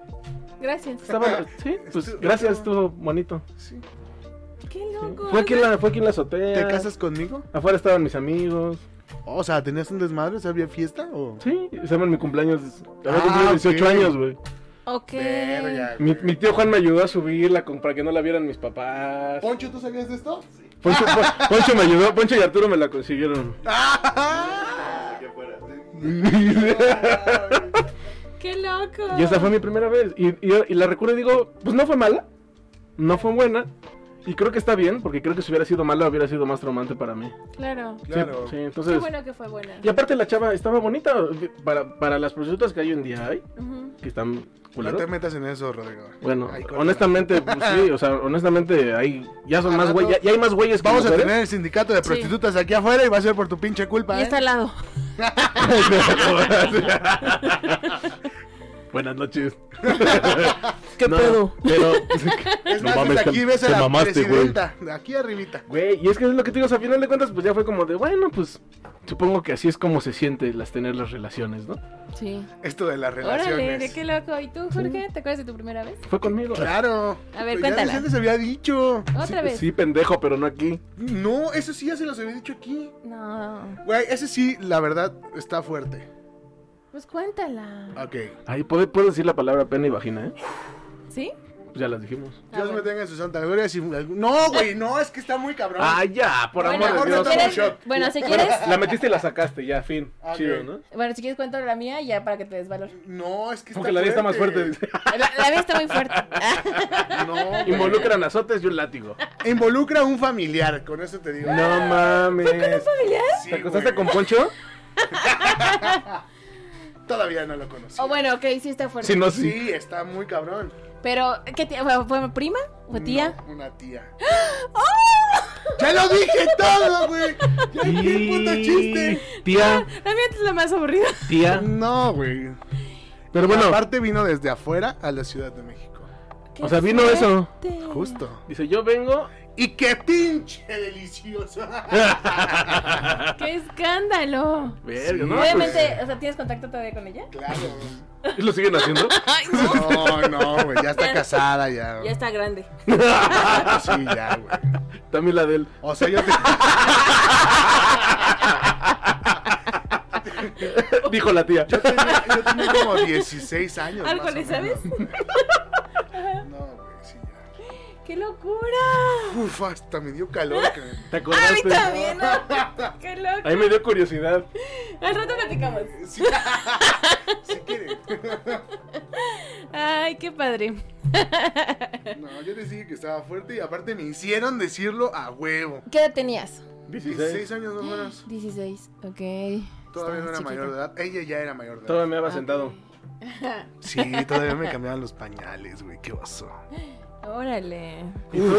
Gracias.
estaba, sí, pues gracias, estuvo bonito.
Sí.
Qué loco.
Fue
o
aquí en
sea,
la, fue aquí en la azotea.
¿Te casas conmigo?
Afuera estaban mis amigos.
O sea, ¿tenías un desmadre? O sea, ¿Había fiesta? O...
Sí, se llama mi cumpleaños. Había
Ah,
cumplido 18
ok.
años, güey.
Ok.
Verga,
Mi,
güey.
mi tío Juan me ayudó a subirla con- para que no la vieran mis papás.
Poncho, ¿tú sabías de esto? Sí.
Poncho, Pon- Poncho me ayudó, Poncho y Arturo me la
(laughs)
consiguieron.
Qué loco.
Y esa fue mi primera vez. Y, y- y la recuerdo y digo, pues no fue mala, no fue buena. Y creo que está bien, porque creo que si hubiera sido mala hubiera sido más traumante para mí.
Claro.
Sí,
Claro.
Sí,
Qué
entonces...
bueno que fue buena.
Y aparte la chava estaba bonita para, para las prostitutas que hay hoy en día hay,
Ujú.
que están
No
culeros.
te metas en eso, Rodrigo.
Bueno,
Ay, córtala.
honestamente, pues, sí, o sea, honestamente, hay, ya son
Al
más
rato-
güeyes, ya, ya hay más güeyes que
Vamos a
mujeres.
tener el sindicato de
Sí.
prostitutas aquí afuera y va a ser por tu pinche culpa.
Y
¿eh?
está al lado.
Buenas noches.
¿Qué
No,
pedo?
Pero,
Es
No
más,
mames,
desde
te-
aquí ves a
te
la
mamaste, güey.
presidenta. De aquí arribita.
güey, y es que es lo que te digo, o sea, a final de cuentas, pues ya fue como de, bueno, pues supongo que así es como se siente las tener las relaciones, ¿no?
Sí.
Esto de las
Órale, de
relaciones.
qué loco. ¿Y tú, Jorge? ¿Te acuerdas de tu primera vez?
Fue conmigo.
Claro.
A ver,
Pero ya
cuéntala.
antes se había dicho.
Otra
sí,
vez.
sí, pendejo, pero no aquí.
No, eso sí ya se los había dicho aquí.
No.
Güey, ese sí, la verdad, está fuerte.
Pues cuéntala.
Ok.
Ahí puedo, puedo decir la palabra pena y vagina, ¿eh?
¿Sí?
Pues ya las dijimos.
Ah,
Dios me
bueno.
tenga en su santa gloria. Si... No, güey, no, es que está muy cabrón.
Ah, ya, por
Bueno,
amor
mejor
de
no
Dios.
si quieres-
shot.
bueno, si quieres,
La metiste y la sacaste, ya, fin.
Ok.
Chido, ¿no?
bueno, si quieres cuento la mía ya para que te des valor.
No, es que está
Porque la de está más fuerte.
La, la mía está muy
(laughs)
fuerte.
(laughs) No, güey.
Involucran azotes y un látigo.
Involucra a un familiar, con eso te digo.
No
Ah,
mames.
¿Familiar?
Sí,
¿Te acostaste
güey.
con Poncho?
Todavía no lo conocí.
(laughs) O Oh, bueno, ok, sí está fuerte.
Si no, sí.
Ah, Sí, está muy cabrón.
Pero, ¿qué tía? ¿Fue, fue prima? ¿Fue tía?
No, una tía.
(gasps) ¡Oh!
¡Ya lo dije todo, güey! ¡Ya qué puto chiste!
Tía,
(laughs) La mía es la más aburrida.
tía.
No, güey.
Pero bueno,
Aparte vino desde afuera a la Ciudad de México.
¡Qué
O sea, vino eso.
fuerte!
Justo.
dice, yo (laughs) vengo.
Y qué pinche (laughs) delicioso.
¡Qué escándalo!
Verga,
Sí.
¿no?
Obviamente, o sea, ¿tienes contacto todavía con ella?
claro.
Pues, ¿Lo siguen (laughs) haciendo?
Ay, no.
No, no, güey. Ya está casada, ya.
Ya está grande.
Sí, ya, güey.
También la del.
O sea, yo te.
(laughs) Dijo la tía.
Yo tenía, yo tenía como 16 años.
Algo
más o
le sabes. (laughs)
menos. No, güey, sí, ya.
¡Qué locura!
Uf, hasta me dio calor. cabrón.
¿Te
¡Ah, a mí
acordaste?
también! ¿no? ¡Qué loco!
Ahí me dio curiosidad.
Al rato platicamos.
(laughs) Sí. Si quieren.
¡Ay, qué padre!
No, yo les dije que estaba fuerte y aparte me hicieron decirlo a huevo.
¿Qué edad tenías?
16.
16 años más o menos.
16, ok.
Todavía
Estabas
no era
chiquita.
mayor de edad. Ella ya era mayor de edad.
Todavía me había sentado.
Sí, todavía me cambiaban los pañales, güey. Qué oso.
Órale.
¿Y tú?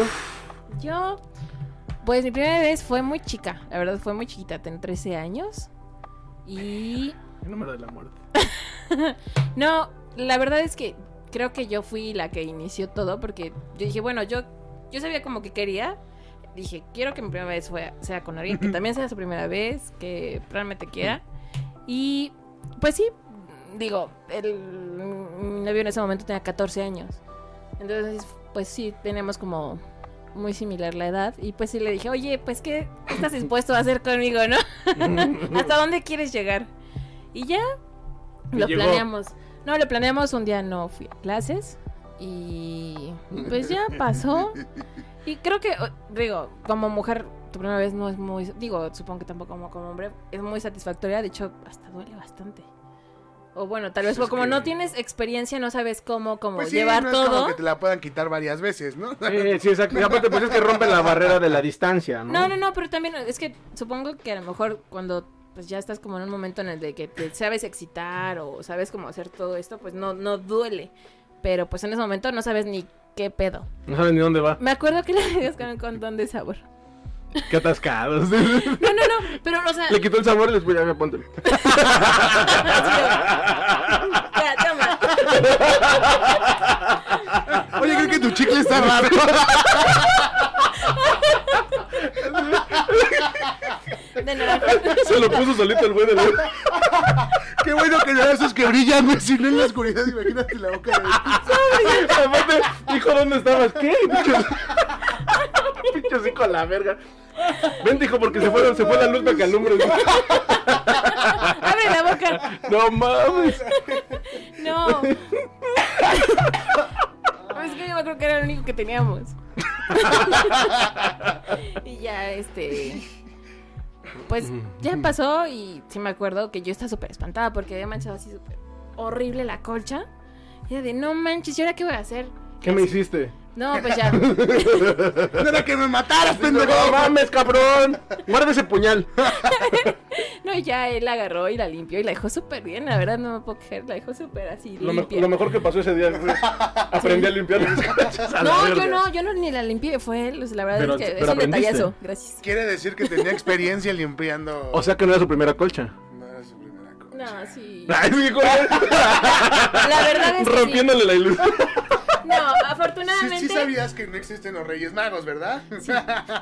Yo, pues mi primera vez fue muy chica, la verdad fue muy chiquita, tenía 13 años. Y
El número de la muerte.
no, la verdad es que creo que yo fui la que inició todo porque yo dije, bueno, yo yo sabía como que quería. Dije, quiero que mi primera vez fue- sea con alguien que también sea su primera vez, que realmente quiera. Y pues sí, digo, el, mi novio en ese momento tenía 14 años. Entonces, pues sí, tenemos como muy similar la edad. Y pues sí le dije, oye, pues ¿qué
(laughs)
estás dispuesto a hacer conmigo, no? ¿Hasta dónde quieres llegar? Y ya
Y
lo
llegó.
planeamos. No, lo planeamos un día, no fui a clases.
(laughs)
Y pues ya pasó. Y creo que, o- digo, como mujer tu primera vez no es muy, digo, supongo que tampoco como, como hombre, es muy satisfactoria, de hecho, hasta duele bastante. O bueno, tal vez
Pues es
como
que-
no tienes experiencia, no sabes cómo, cómo
Pues sí,
llevar
no es
todo.
como que te la puedan quitar varias veces, ¿no? (laughs)
Sí, sí, exacto. Y aparte, pues es que rompe la barrera de la distancia, ¿no?
No, no, no, pero también es que supongo que a lo mejor cuando pues ya estás como en un momento en el de que te sabes excitar o sabes cómo hacer todo esto, pues no, no duele. Pero pues en ese momento no sabes ni qué pedo.
No saben ni dónde va.
Me acuerdo (laughs) que le pedías con un condón de sabor.
Qué atascados. (laughs)
No, no, no, pero o sea,
Le quitó el sabor y les voy a
(laughs)
ponte.
espera, toma.
Oye, creo que tu chicle está raro.
De naranja.
Se lo puso solito el güey de
Qué bueno que no esos que brillan, güey. Si no en la oscuridad, imagínate la boca de. (laughs)
Aparte, dijo, ¿dónde estabas? ¿Qué? Pinche- Pinche hocico a la verga. Ven, dijo, porque se fue, se fue la luz para que alumbre.
Abre la boca.
No mames.
No. Pues Es que yo me acuerdo que era el único que teníamos. y ya, este. Pues ya pasó y sí me acuerdo que yo estaba súper espantada porque había manchado así súper horrible la colcha. Y era de, no manches, ¿y ahora qué voy a hacer?
¿Qué me hiciste?
No, pues
(laughs)
ya.
No era que me mataras, pendejo.
No mames, cabrón. Guarda ese puñal.
No, ya él la agarró y la limpió y la dejó súper bien. La verdad, no me puedo creer. La dejó súper así
Lo, me-
limpia.
lo mejor que pasó ese día
(laughs)
fue aprendí a limpiar las cosas. a la
No,
verga.
yo no, yo no ni la limpié. Fue él. o sea, la verdad
Pero-
es que es
pero
un detallazo.
aprendiste.
Gracias.
Quiere decir que tenía experiencia limpiando.
(laughs) O sea que no era su primera colcha.
no era su primera cosa.
No,
(laughs)
sí.
Ay, sí, güey.
La verdad es que sí.
Rompiéndole la ilusión.
No,
Sí,
afortunadamente.
sí sabías que no existen los Reyes Magos, ¿verdad?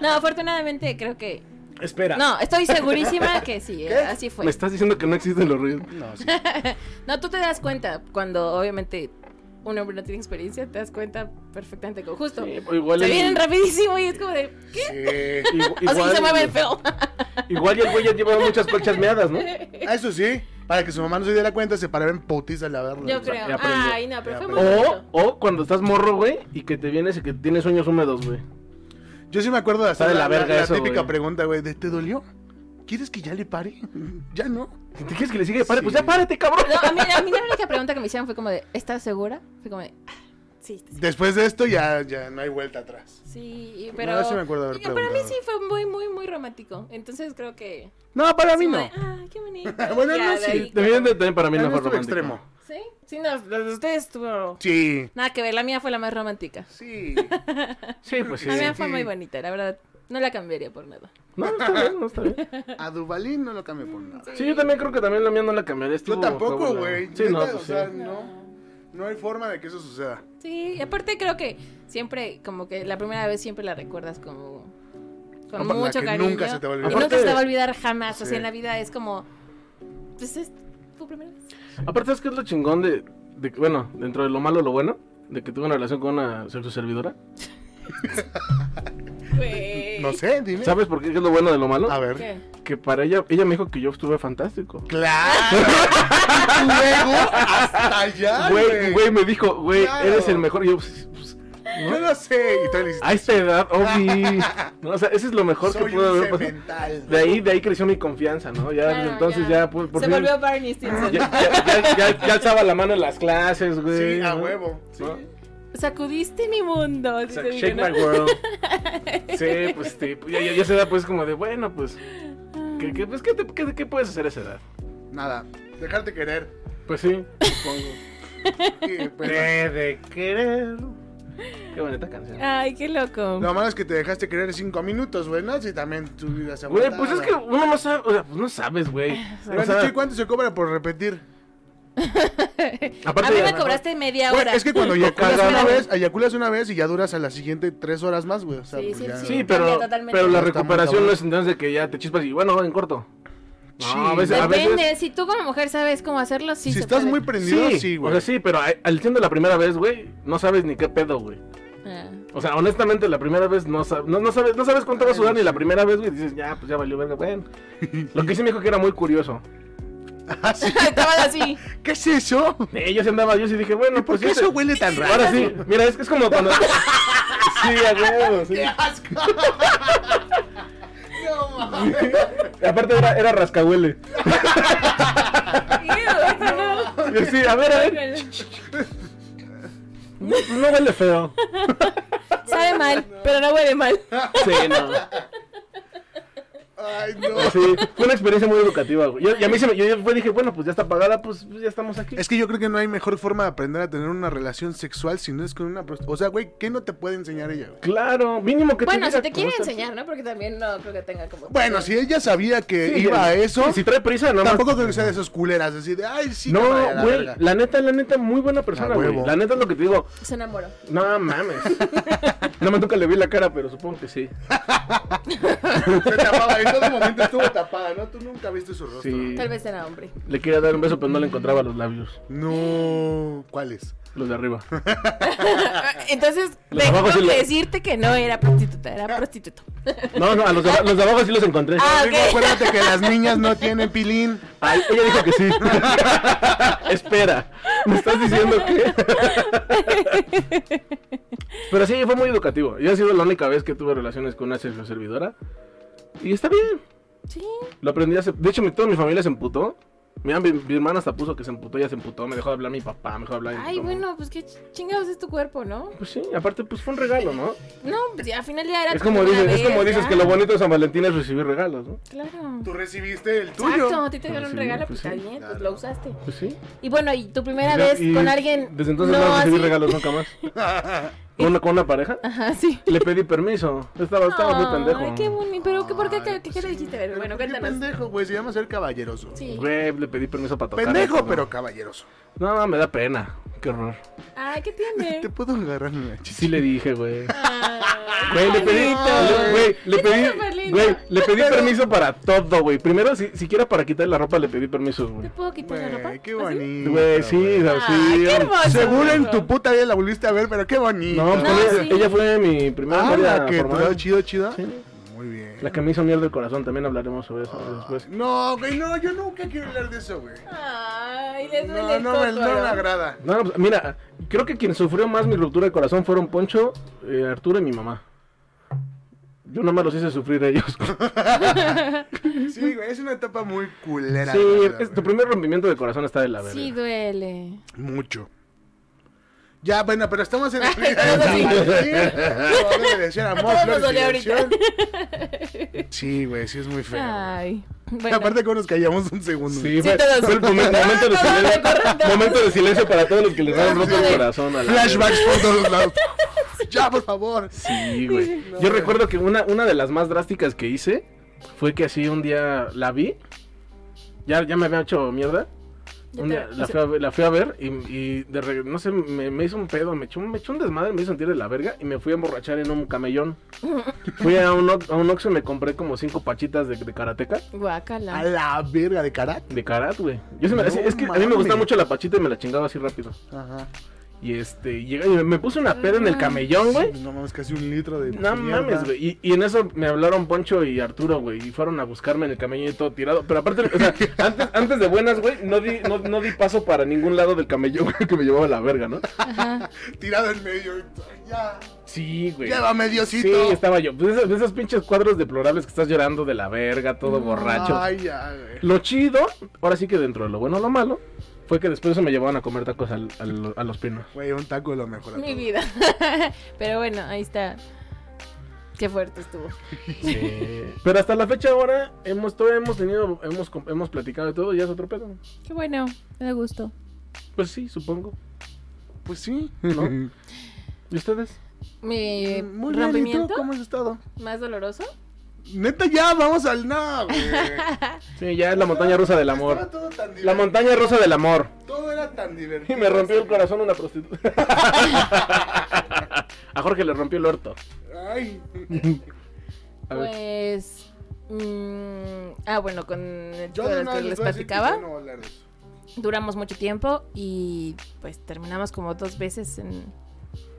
No, afortunadamente creo que.
Espera.
No, estoy segurísima que sí, eh, así fue.
Me estás diciendo que no existen los reyes.
No, sí.
No, tú te das cuenta cuando obviamente un hombre no tiene experiencia, te das cuenta perfectamente con justo.
Sí, o igual
se
el-
vienen rapidísimo y es como de.
Sí.
Igu-
(laughs) O sea,
Igual,
que se mueve el feo.
igual y el güey ya llevaba muchas colchas meadas, ¿no?
Ah, Eso sí, para que su mamá no se diera cuenta, se paraba en putis al verlo.
Yo creo.
ya aprendió.
Ay, no, pero
Ya
fue muy
O,
bonito.
o cuando estás morro, güey, y que te vienes y que tienes sueños húmedos, güey.
Yo sí me acuerdo de
Está
hacer
de
la,
la verga
la
eso,
típica
güey.
pregunta, güey, de ¿te dolió? ¿Quieres que ya le pare? ya no.
Si te quieres que le siga, pare, pues
Sí.
ya párate, cabrón.
No, a mí, a mí la única pregunta que me hicieron fue como de, ¿estás segura? Fue como de, "Ah, sí, estoy
Después de esto ya, ya no hay vuelta atrás.
Sí, y-
No,
pero.
sí me acuerdo haber
y- Para mí
preguntado.
sí fue muy, muy, muy romántico. Entonces creo que.
No, para mí
como
no.
de, Ah, qué bonito.
(laughs) Bueno,
Ya,
no,
de
sí,
ahí como-
También, también para mí
Para
no
mí
fue
estuvo
romántico.
extremo.
Sí, sí, no, la de ustedes estuvo.
Sí.
Nada que ver, la mía fue la más romántica.
Sí.
Sí, pues sí.
La mía
Sí.
fue muy bonita, la verdad. No la cambiaría por nada.
No, está bien, no está bien.
A Duvalín no lo cambié por nada.
Sí, yo también creo que también la mía no la cambiaré.
Yo
estuvo-
tampoco,
estuvo-
güey.
Sí,
Neta,
no,
o
pues sí.
sea, no. No hay forma de que eso suceda.
Sí, y aparte creo que siempre, como que la primera vez siempre la recuerdas como. Con
Opa, la
mucho
que
cariño.
nunca se te va a
y
olvidar.
nunca se te va a
Aparte-
olvidar jamás. O
Sí.
sea, en la vida es como. Pues es tu primera vez.
Aparte, es que es lo chingón de, de que, Bueno, dentro de lo malo, lo bueno, de que tuve una relación con una sexo servidora.
Güey.
No sé, dime.
¿Sabes por qué es lo bueno de lo malo?
A ver.
¿Qué?
Que para ella, ella me dijo que yo estuve fantástico. (laughs)
Claro. Luego, hasta allá.
Güey, güey, me dijo, güey,
Claro.
eres el mejor. Y yo, pues, pues,
Yo no sé. Y tal,
a esta edad,
(laughs)
obvi. No, o sea, ese es lo mejor
soy
que pudo
un
haber pasado.
cemental.
De ahí, de ahí creció mi confianza, ¿no? Ya,
Claro,
entonces ya, por, por
Se
fin-
volvió Barney Stinson.
Ya, ya, ya- ya- ya alzaba la mano en las clases, güey.
Sí, a
¿no?
huevo. Sí.
¿No?
Sacudiste mi mundo.
O
así
sea,
te
Shake
digo, ¿no?
my
(laughs)
world. Sí, pues sí, pues, ya, ya- ya se da pues como de, bueno, pues, ¿qué, qué- pues, ¿qué, te- qué- qué puedes hacer a esa edad?
Nada. Dejarte querer.
Pues sí, supongo.
Sí, pues,
He de querer. Qué bonita canción.
Ay, qué loco.
lo malo es que te dejaste querer cinco minutos, güey, ¿no? Si también tu vida se
Güey,
aguantaba.
pues es que uno no sabe, o sea, pues no sabes, güey.
Bueno,
O sea,
¿y ¿Cuánto se cobra por repetir?
A mí
aparte,
me cobraste media
Güey,
hora.
es que cuando
Lo
eyaculas
cagan.
una vez, eyaculas una vez y ya duras a la siguiente tres horas más, güey. O sea,
Sí,
pues
sí,
ya-
sí,
Cambia
pero,
totalmente.
pero la
Está muy
recuperación
cabrón.
no es entonces de que ya te chispas y bueno, en corto. No,
Sí.
a veces, a
Depende,
veces
si tú como mujer sabes cómo hacerlo, sí
si
se
estás
puede.
muy prendido,
sí,
sí,
o
güey.
sea, sí, pero a- al siendo la primera vez, güey, no sabes ni qué pedo, güey.
Ah. (laughs)
O sea, honestamente, la primera vez no, sab- no, no sabes no sabes cuánto va a sudar ni la primera vez, güey. Dices, ya, pues ya valió verga, bueno. Lo que sí me dijo que era muy curioso.
(laughs) Ah, sí.
Estabas
(laughs)
así.
¿Qué es eso?
Eh, yo sí andaba, yo sí dije, bueno,
¿Por
pues...
qué
este-
eso huele tan raro?
Ahora sí, mira,
(laughs)
es que es como cuando... sí, a huevo, sí.
asco!
Aparte era, era rascahuele.
Ew,
Y así, a ver, a ver.
eso no.
No, pues no huele feo.
Sabe mal, pero no huele mal.
Sí, no.
Ay, no.
Sí, fue una experiencia muy educativa, güey. Yo, y a mí se me, yo, yo fue- dije, bueno, pues ya está pagada, pues, pues ya estamos aquí.
Es que yo creo que no hay mejor forma de aprender a tener una relación sexual si no es con una prostituta. O sea, güey, ¿qué no te puede enseñar ella, güey?
Claro, mínimo que
Bueno,
diga
si te
(laughs) cómo
quiere
está-
enseñar, ¿no? Porque también no creo que tenga como...
Bueno, si ella sabía que
Sí,
iba
ya.
a eso,
Sí, si trae prisa, no más.
tampoco creo que sea de esos culeras, así de, ay, sí, que vaya a
No,
la
güey,
verga.
la neta, la neta, muy buena persona,
A
güey.
huevo.
La neta es lo que te digo.
Se enamoró.
No mames.
(laughs)
no me nunca le vi la cara, pero supongo que sí.
(laughs) Se tapaba, en todo momento estuvo tapada, ¿no? Tú nunca viste su rostro.
Sí.
Tal vez era
(laughs)
hombre.
Le quería dar un beso, pero no le encontraba los labios.
No, ¿cuáles?
Los de arriba.
Entonces,
Ah, Los abajo
tengo
sí Ah,
que
lo-
decirte que no era prostituta, era prostituto.
No, no, a los de, los de abajo sí los encontré.
Ah,
Rodrigo,
ok.
acuérdate que las niñas no tienen pilín.
Ay, ella
(laughs)
dijo que sí. Espera, ¿me estás diciendo que? Pero sí, fue muy educativo. Yo ha sido la única vez que tuve relaciones con una sexo servidora. Y está bien.
Sí.
Lo aprendí hace... De hecho, mi, toda mi familia se emputó. Mi, mi, mi hermana hasta puso que se emputó, ya se emputó. Me dejó de hablar mi papá, me dejó de hablar mi
Ay,
mamá.
bueno, pues qué ch- chingados es tu cuerpo, ¿no?
Pues sí, aparte, pues fue un regalo, ¿no?
No, pues ya, al final ya era
Es como,
una
dices, es
vez,
como dices
ya.
que lo bonito de San Valentín es recibir regalos, ¿no?
Claro.
Tú recibiste el tuyo.
Exacto, a ti te dieron
Pues
un
sí,
regalo, pues
pues
está
sí.
bien, pues
Claro.
lo usaste.
Pues sí.
Y bueno, y tu primera
Ya,
vez
y
con alguien.
Desde entonces no, recibí
así-
regalos
(laughs)
nunca más.
(laughs)
¿Con una, con una pareja?
Ajá, sí.
Le pedí permiso. Estaba, estaba muy pendejo.
Ay, qué bonito. Pero, ¿qué- ¿por qué, qué,
Ay,
qué,
sí,
le dijiste? A ver,
pero
Bueno,
¿por qué
cuéntanos.
pendejo, güey, se llama ser caballeroso.
Sí.
Güey, le pedí permiso para tocar.
Pendejo,
esto, ¿no?
pero caballeroso.
No, no, me da pena. Qué horror.
Ay, ¿qué tiene?
(laughs) Te puedo agarrar en la chicha.
Sí le dije, güey.
Ay,
Güey, le pedí,
bonito.
güey, le
Está súper
pedí,
lindo.
güey, le pedí permiso para todo, güey. Primero, si, siquiera para quitar la ropa, le pedí permiso, güey.
¿Te puedo quitar Pues, la ropa? ¿Ah,
Güey, qué
¿Así?
bonito.
Güey, sí,
Ay,
sí.
qué hermoso.
Seguro en tu puta vida la volviste a ver, pero qué bonito.
No, pues,
No,
ella,
sí.
ella fue mi primera
Ah,
novia
la que
formal.
todo chido, chido.
Sí.
Muy bien.
La que me hizo mierda el corazón, también hablaremos sobre eso después.
No, güey, no, yo nunca quiero hablar de eso, güey.
Ay, le duele
No,
el
no me, no
cócoro. (laughs)
me agrada.
No, no, pues, mira, creo que quien sufrió más mi ruptura de corazón fueron Poncho, eh, Arturo y mi mamá. Yo nomás los hice sufrir a ellos.
Sí, güey, es una etapa muy culera.
sí,
la verdad,
es- tu
güey.
primer rompimiento de corazón está de la verga.
Sí, duele.
Mucho. Ya, bueno, pero estamos
(laughs)
en el
Todo así.
amor,
todos
flores
nos
y
dolió ahorita.
diversión.
(laughs)
Sí, güey, sí es muy feo. güey. (laughs)
Ay. Bueno,
Aparte que nos callamos un segundo.
Sí, fue,
todos.
fue el (laughs) momento, momento de
Todos,
silencio,
todos.
momento de silencio para todos los que les han roto el corazón. a la
Flashbacks por
(laughs)
todos lados. ya, por favor.
Sí, güey. Yo recuerdo que una, una de las más drásticas que hice fue que así un día la vi. Ya, ya me había hecho mierda.
Ya
Un
te-
día
o
la,
sea-
fui a ver, la fui a ver y, y de re- no sé, me, me hizo un pedo, me echó, un- me echó un desmadre, me hizo sentir de la verga y me fui a emborrachar en un
(laughs)
camellón. fui a un, Ox- a un Oxxo y me compré como cinco pachitas de, de karateca.
A
guácala.
la verga de karat.
De karat, güey. Yo se me-
No
así- es que a mí me gusta
mames.
mucho la pachita y me la chingaba así rápido.
Ajá.
Y este, y llegué- y me- me puse una peda en el camellón, güey.
No mames, casi un litro de.
No
mierda.
mames, güey. Y, y en eso me hablaron Poncho y Arturo, güey. Y fueron a buscarme en el camellón y todo tirado. Pero aparte, o
(laughs)
sea, antes, antes de buenas, güey, no di, no, no di paso para ningún lado del camellón güey, que me llevaba a la verga, ¿no?
Tirado en medio. Ya.
Sí, güey.
Llévame,
Sí,
Diosito.
estaba yo. Pues esos, esos pinches cuadros deplorables que estás llorando de la verga, todo borracho.
Ay, ya, güey.
Lo chido, ahora sí que dentro de lo bueno o lo malo, fue que después de eso me llevaban a comer tacos al- al- a los pinos.
Güey, un taco lo mejor. a
Mi
todo. (laughs)
vida. (laughs) Pero bueno, ahí está. Qué fuerte estuvo.
Pero hasta la fecha ahora hemos, todavía hemos tenido, hemos, com- hemos platicado de todo, ya es otro pedo.
Qué bueno. Me da gusto.
Pues sí, supongo.
Pues sí.
(laughs)
¿No? ¿Y ustedes?
Mi
Muy bien, ¿y tú
Eh, rompimiento
cómo has estado?
más doloroso.
Neta, ya, vamos al nada, güey.
Sí, ya es (laughs) la montaña rusa del amor.
Estaba todo tan
La
divertido.
montaña rusa del amor.
Todo era tan
Y
divertido.
me rompió el corazón una prostituta. (laughs) A Jorge le rompió el orto.
(laughs)
Ay.
A ver.
Pues. mm, ah, bueno, con el
Yo
chico
de
del
una
que
vez
les
voy a decir que
platicaba.
yo no voy a hablar de eso.
Duramos mucho tiempo y pues terminamos como dos veces en,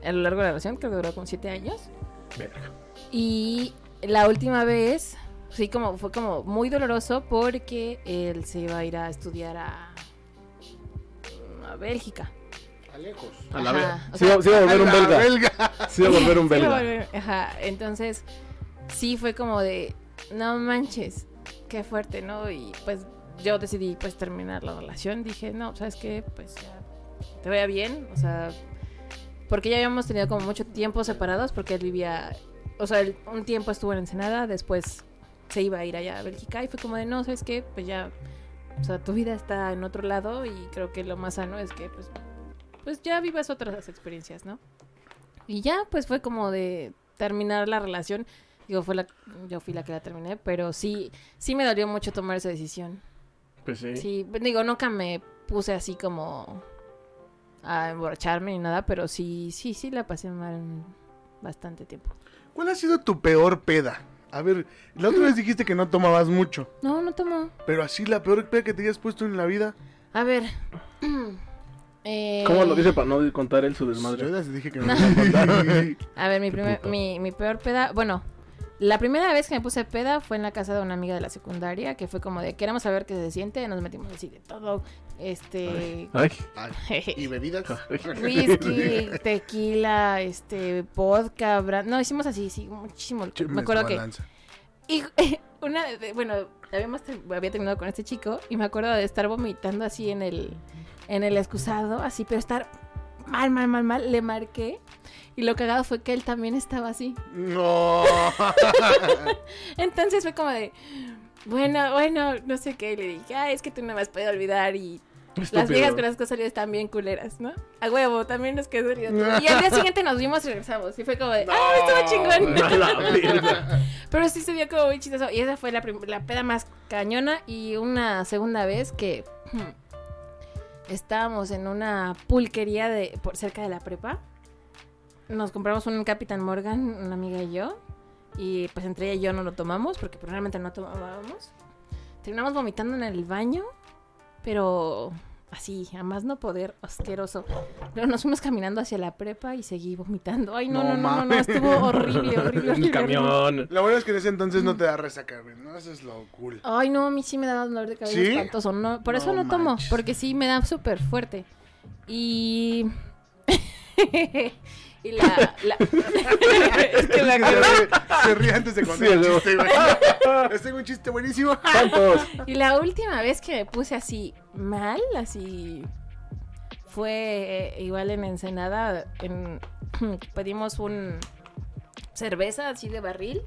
a lo largo de la relación, creo que duró como siete años.
Verga.
Y la última vez, sí, como fue como muy doloroso porque él se iba a ir a estudiar a, a Bélgica.
A lejos.
A la
Ajá,
verga.
o
Sí, va-
sea-
sí va a volver un
la
belga.
belga.
(laughs)
Sí va a volver un
Sí, iba a
belga.
volver- Ajá, entonces sí fue como de, no manches, qué fuerte, ¿no? Y pues yo decidí pues terminar la relación, dije, no, ¿sabes qué? Pues ya, te vaya bien, o sea, porque ya habíamos tenido como mucho tiempo separados, porque él vivía, o sea, él un tiempo estuvo en Ensenada, después se iba a ir allá a Bélgica y fue como de, no, ¿sabes qué? Pues ya, o sea, tu vida está en otro lado y creo que lo más sano es que pues, pues ya vivas otras experiencias, ¿no? Y ya, pues fue como de terminar la relación. Digo, fue la, yo fui la que la terminé, pero sí, sí me dolió mucho tomar esa decisión.
Pues sí.
Sí, digo, nunca me puse así como a emborracharme ni nada, pero sí, sí, sí la pasé mal bastante tiempo.
¿Cuál ha sido tu peor peda? A ver, la otra vez dijiste que no tomabas mucho,
No, no tomó.
pero así la peor peda que te hayas puesto en la vida.
A ver. (clears throat) eh,
¿Cómo lo dice para no contar él su
Yo
desmadre?
ya dije que no te iba a
(laughs)
contar.
A ver, mi, primer-
puto.
mi, mi peor peda, bueno, la primera vez que me puse peda fue en la casa de una amiga de la secundaria, que fue como de, queremos saber qué se siente, nos metimos así de todo, este,
Ay,
Ay, ¿Y bebidas?
whisky, tequila, este, vodka, bra- no, hicimos así, sí, muchísimo, alcohol. me acuerdo que,
Desbalanza.
y (laughs) una, de- bueno, habíamos ter- había terminado con este chico, y me acuerdo de estar vomitando así en el, en el excusado, así, pero estar mal, mal, mal, mal, le marqué, y lo cagado fue que él también estaba así.
No.
Entonces fue como de, bueno, bueno, no sé qué. Y le dije, ah, es que tú no me has podido olvidar y las viejas con las que has salido están bien culeras, ¿no? A huevo, también nos quedó salido. Y al día siguiente nos vimos y regresamos. Y fue como de, ah, estuvo chingón.
(laughs) A la verga.
Pero sí se vio como muy chistoso. Y esa fue la, prim- la peda más cañona. Y una segunda vez que hmm, estábamos en una pulquería de, por cerca de la prepa. Nos compramos un Capitán Morgan, una amiga y yo. Y pues entre ella y yo no lo tomamos porque pues, realmente no tomábamos. Terminamos vomitando en el baño, pero así, a más no poder, asqueroso. Luego nos fuimos caminando hacia la prepa y seguí vomitando. Ay, no,
No
no, no, no, no,
mames.
estuvo
(laughs)
horrible, horrible, horrible.
(laughs)
Un
horrible.
camión.
Lo bueno es que en ese entonces no te da resaca, güey, ¿no? Eso es lo cool.
Ay, no, a mí sí me daba dolor de cabeza
¿Sí?
espantoso. No, por eso
No
no tomo,
manches.
porque sí me da súper fuerte. Y. (laughs) y la. la- (laughs) es que me
Es que
acordé.
se, ríe- se ríe antes de contar
Sí,
el
luego.
(laughs)
chiste, güey. Les tengo un chiste buenísimo.
¿Cuántos?
Y la última vez que me puse así mal, así. Fue eh, igual en Ensenada. En, (clears throat) pedimos un. Cerveza así de barril.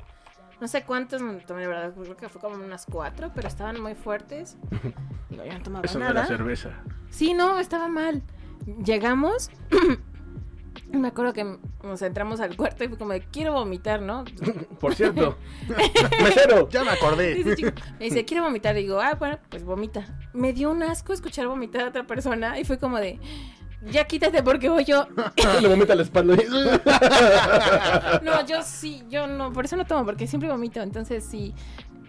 No sé cuántas me tomé, la ¿verdad? Creo que fue como unas cuatro, pero estaban muy fuertes. Digo, yo no tomaba
Eso no
nada.
era cerveza.
Sí, no, estaba mal. Llegamos. (clears throat) y Me acuerdo que nos entramos al cuarto y fue como de, quiero vomitar,
(laughs)
¿no?
Por
(laughs)
cierto. Mesero.
Ya me acordé.
Dice, chico, me dice, quiero vomitar. Y digo, ah, bueno, pues vomita. Me dio un asco escuchar vomitar a otra persona y fue como de, ya quítate porque voy
(laughs)
yo.
Le vomita la espalda.
No, yo sí, yo no, por eso no tomo, porque siempre vomito. Entonces sí,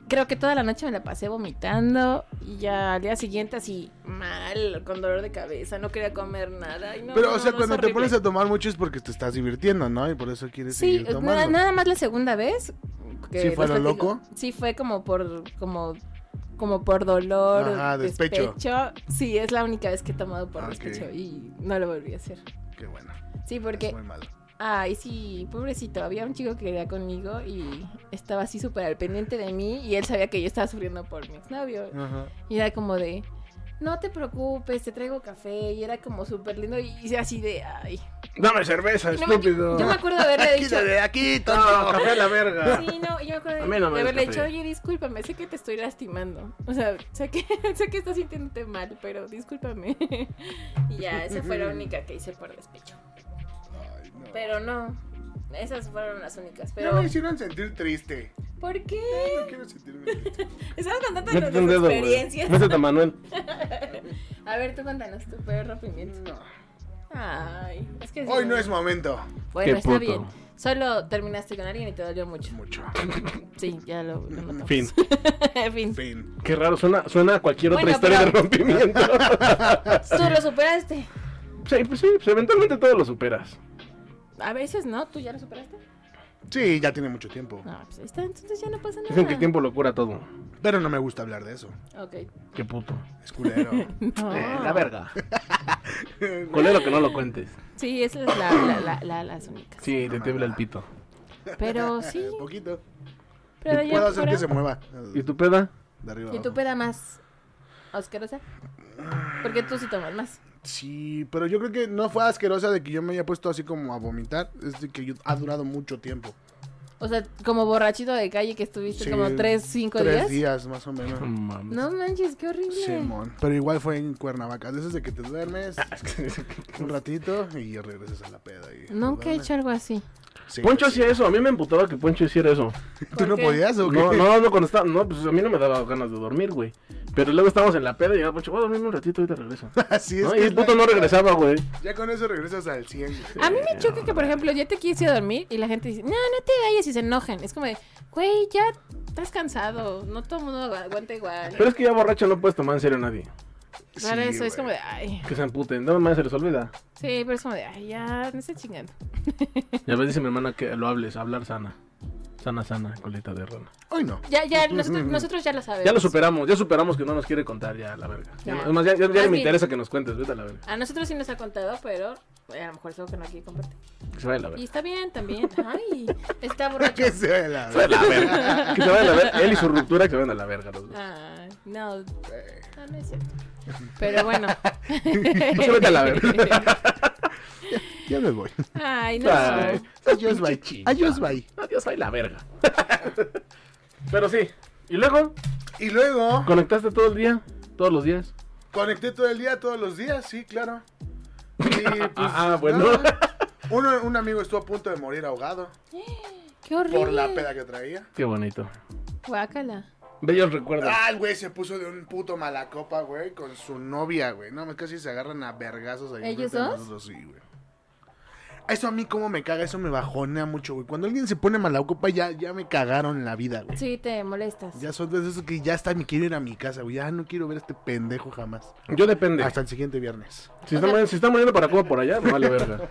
creo que toda la noche me la pasé vomitando y ya al día siguiente así mal, con dolor de cabeza, no quería comer nada. Ay, no,
Pero, o
no,
sea,
no, es
cuando te
horrible.
pones a tomar mucho es porque te estás divirtiendo, ¿no? Y por eso quieres
Sí,
seguir
nada,
tomando.
nada más la segunda vez.
¿Sí fue
los
a lo
platico-
loco?
Sí, fue como por, como, como por dolor,
Ajá, despecho.
despecho. Sí, es la única vez que he tomado por
Ah, ok.
despecho y no lo volví a hacer.
Qué bueno.
Sí,
Es
porque,
muy malo.
ay, sí, pobrecito, había un chico que quería conmigo y estaba así súper al pendiente de mí y él sabía que yo estaba sufriendo por mi exnovio.
Ajá.
Y era como de, no te preocupes, te traigo café. Y era como súper lindo y, y así de, ay.
(laughs) Dame cerveza,
No me-
estúpido.
yo me acuerdo de haberle dicho,
Quítate de aquí,
No,
tonto.
café a la verga.
Sí, no, yo me acuerdo
A
de,
mí no me
de
des
haberle
café.
dicho, oye, discúlpame, sé que te estoy lastimando. O sea, sé que, (laughs) sé que estás sintiéndote mal, pero discúlpame. (laughs) y ya, esa fue la única que hice por despecho.
Ay, no.
Pero no, esas fueron las únicas.
Ya
Pero,
me hicieron sentir triste.
¿por qué?
No quiero
(laughs)
sentirme triste.
Estamos contando de
Métete un
nuestras
dedo, güey.
experiencias.
Métete a Manuel.
A ver, tú cuéntanos tu peor rompimiento.
No.
Ay, es que... sí,
Hoy no es momento.
Bueno,
Qué
está
puto.
bien. Solo terminaste con alguien y te dolió mucho.
Mucho.
Sí, ya lo, lo notamos.
Mm, Fin.
(laughs) fin.
Fin.
Qué raro, suena, suena a cualquier otra
Bueno,
historia
pero-
de rompimiento.
Tú lo superaste.
(laughs) sí, pues sí, pues eventualmente todo lo superas.
A veces no, tú ya lo superaste.
Sí, ya tiene mucho tiempo.
No, pues ahí está, entonces ya no pasa nada.
Dicen que el tiempo lo cura todo.
Pero no me gusta hablar de eso. (laughs)
Ok. Oh.
Qué puto.
Es
(laughs)
culero.
No.
Eh, la verga. Colero que no lo cuentes.
Sí, esa es la, la, la, la- las únicas.
Sí, te tiembla el pito.
(laughs)
Pero sí,
Poquito.
pero Pero
Pues Puedo
ya
hacer
fuera.
que se mueva.
¿Y tu peda?
De arriba.
Y
abajo.
tú peda más asquerosa. Porque tú sí tomas más.
Sí, pero yo creo que no fue asquerosa de que yo me haya puesto así como a vomitar. Es de que yo- ha durado mucho tiempo.
O sea, como borrachito de calle que estuviste
Sí,
como tres, cinco
Tres
días.
días? más o menos.
No manches, qué horrible.
Simón. Pero igual fue en Cuernavaca. De esas de que te duermes un ratito y ya regresas a la peda. y- pues,
Nunca he hecho algo así.
(laughs) Sí,
Poncho
sí.
hacía eso, a mí me emputaba que Poncho hiciera eso.
¿Tú
¿Por
no
qué?
podías o qué?
No, no, no, cuando estaba, no, pues a mí no me daba ganas de dormir, güey. Pero luego estábamos en la peda y llegaba Poncho, voy a dormirme un ratito y te
(laughs)
regreso.
(laughs) Así es.
¿No?
que
Y
es
el
la-
puto no regresaba, güey.
Ya con eso regresas al 100. güey.
A mí me choca que, por ejemplo, yo te quise dormir y la gente dice, no, no te vayas y se enojan. Es como de, güey, ya estás cansado. No todo el mundo aguanta igual.
Pero es que ya borracho no puedes tomar en serio a nadie.
Para
Sí,
eso, es
güey.
como de, ay.
Que se emputen, no más se les olvida.
Sí, pero es como de, ay, ya, no estés chingando.
Ya ves, dice mi hermana que lo hables, hablar sana. Sana, sana, colita de rana.
Hoy no.
"Ah,
(laughs)
Ya, ya, nosotros, nosotros ya lo sabemos.
Ya lo superamos, ya superamos que no nos quiere contar ya la verga. Ya
Ya.
no- es más, ya, ya- ya
Ah,
ni me
sí.
interesa que nos cuentes, vete a la verga.
A nosotros sí nos ha contado, pero bueno, a lo mejor es algo que no quiere compartir.
Que se vaya a la
Y
verga.
está bien también. Ay, está borracho.
Que se vea la-
Se vaya a la verga. que se vaya a la verga. Él y su ruptura que se vayan a la verga. Los dos.
Ay, no, eh, no, no es cierto. Pero
(laughs)
bueno.
Pues vete a la verga.
Ya me voy.
Ay, no.
Ay,
Adiós, bye.
chingada.
Adiós, bye.
Adiós, soy la verga. (laughs) Pero sí. Y luego,
Y luego
conectaste todo el día, todos los días.
conecté todo el día, todos los días, sí, claro. Y, pues,
(laughs) Ah, ah, bueno.
nada. Uno- un amigo estuvo a punto de morir ahogado
Qué horrible.
por la peda que traía.
(laughs) Qué bonito.
Guácala.
Bellos recuerdos.
Ah, el güey se puso de un puto mala copa, güey, con su novia, güey. No, me casi se agarran a vergazos ahí.
¿Ellos
enfrente de
dos?
nosotros, sí, güey. Eso a mí como me caga, eso me bajonea mucho, güey. Cuando alguien se pone mala copa, ya, ya me cagaron la vida, güey.
Sí, te molestas.
Ya son de esos que ya está, me quiero ir a mi casa, güey. Ya no quiero ver a este pendejo jamás.
Yo depende.
Hasta el siguiente viernes.
Si está, muriendo- si está muriendo para Cuba por allá, me vale verga.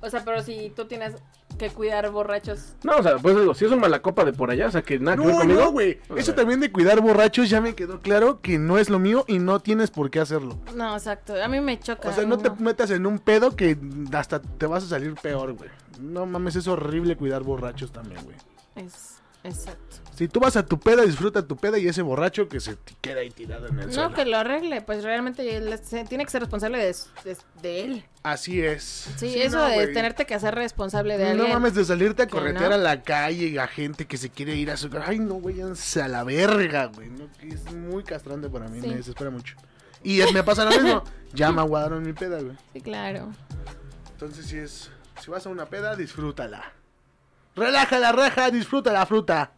O sea, pero si tú tienes que cuidar borrachos.
No, o sea, pues digo, si es un mala copa de por allá, o sea, que nada que ver
No,
conmigo.
no, güey.
o
Eso
sea,
también de cuidar borrachos ya me quedó claro que no es lo mío y no tienes por qué hacerlo.
No, exacto. A mí me choca.
O sea, no te metas en un pedo que hasta te vas a salir peor, güey. No mames, es horrible cuidar borrachos también, güey.
Es, exacto.
Si tú vas a tu peda, disfruta tu peda y ese borracho que se te queda ahí tirado en el
No,
suelo.
que lo arregle. Pues realmente él se- tiene que ser responsable de, s- de- de él.
Así es.
Sí, eso
no,
de
güey.
tenerte que hacer responsable de
No
alguien.
mames de salirte a
Que
corretear
no.
a la calle y a gente que se quiere ir a su Ay, no, váyanse a la verga, güey. No, que es muy castrante para mí,
Sí.
me desespera mucho. Y es- me pasa lo
(laughs)
mismo. Ya me aguadaron mi peda, güey.
Sí, claro.
Entonces, si es. Si vas a una peda, disfrútala. Relaja la raja, disfruta la fruta.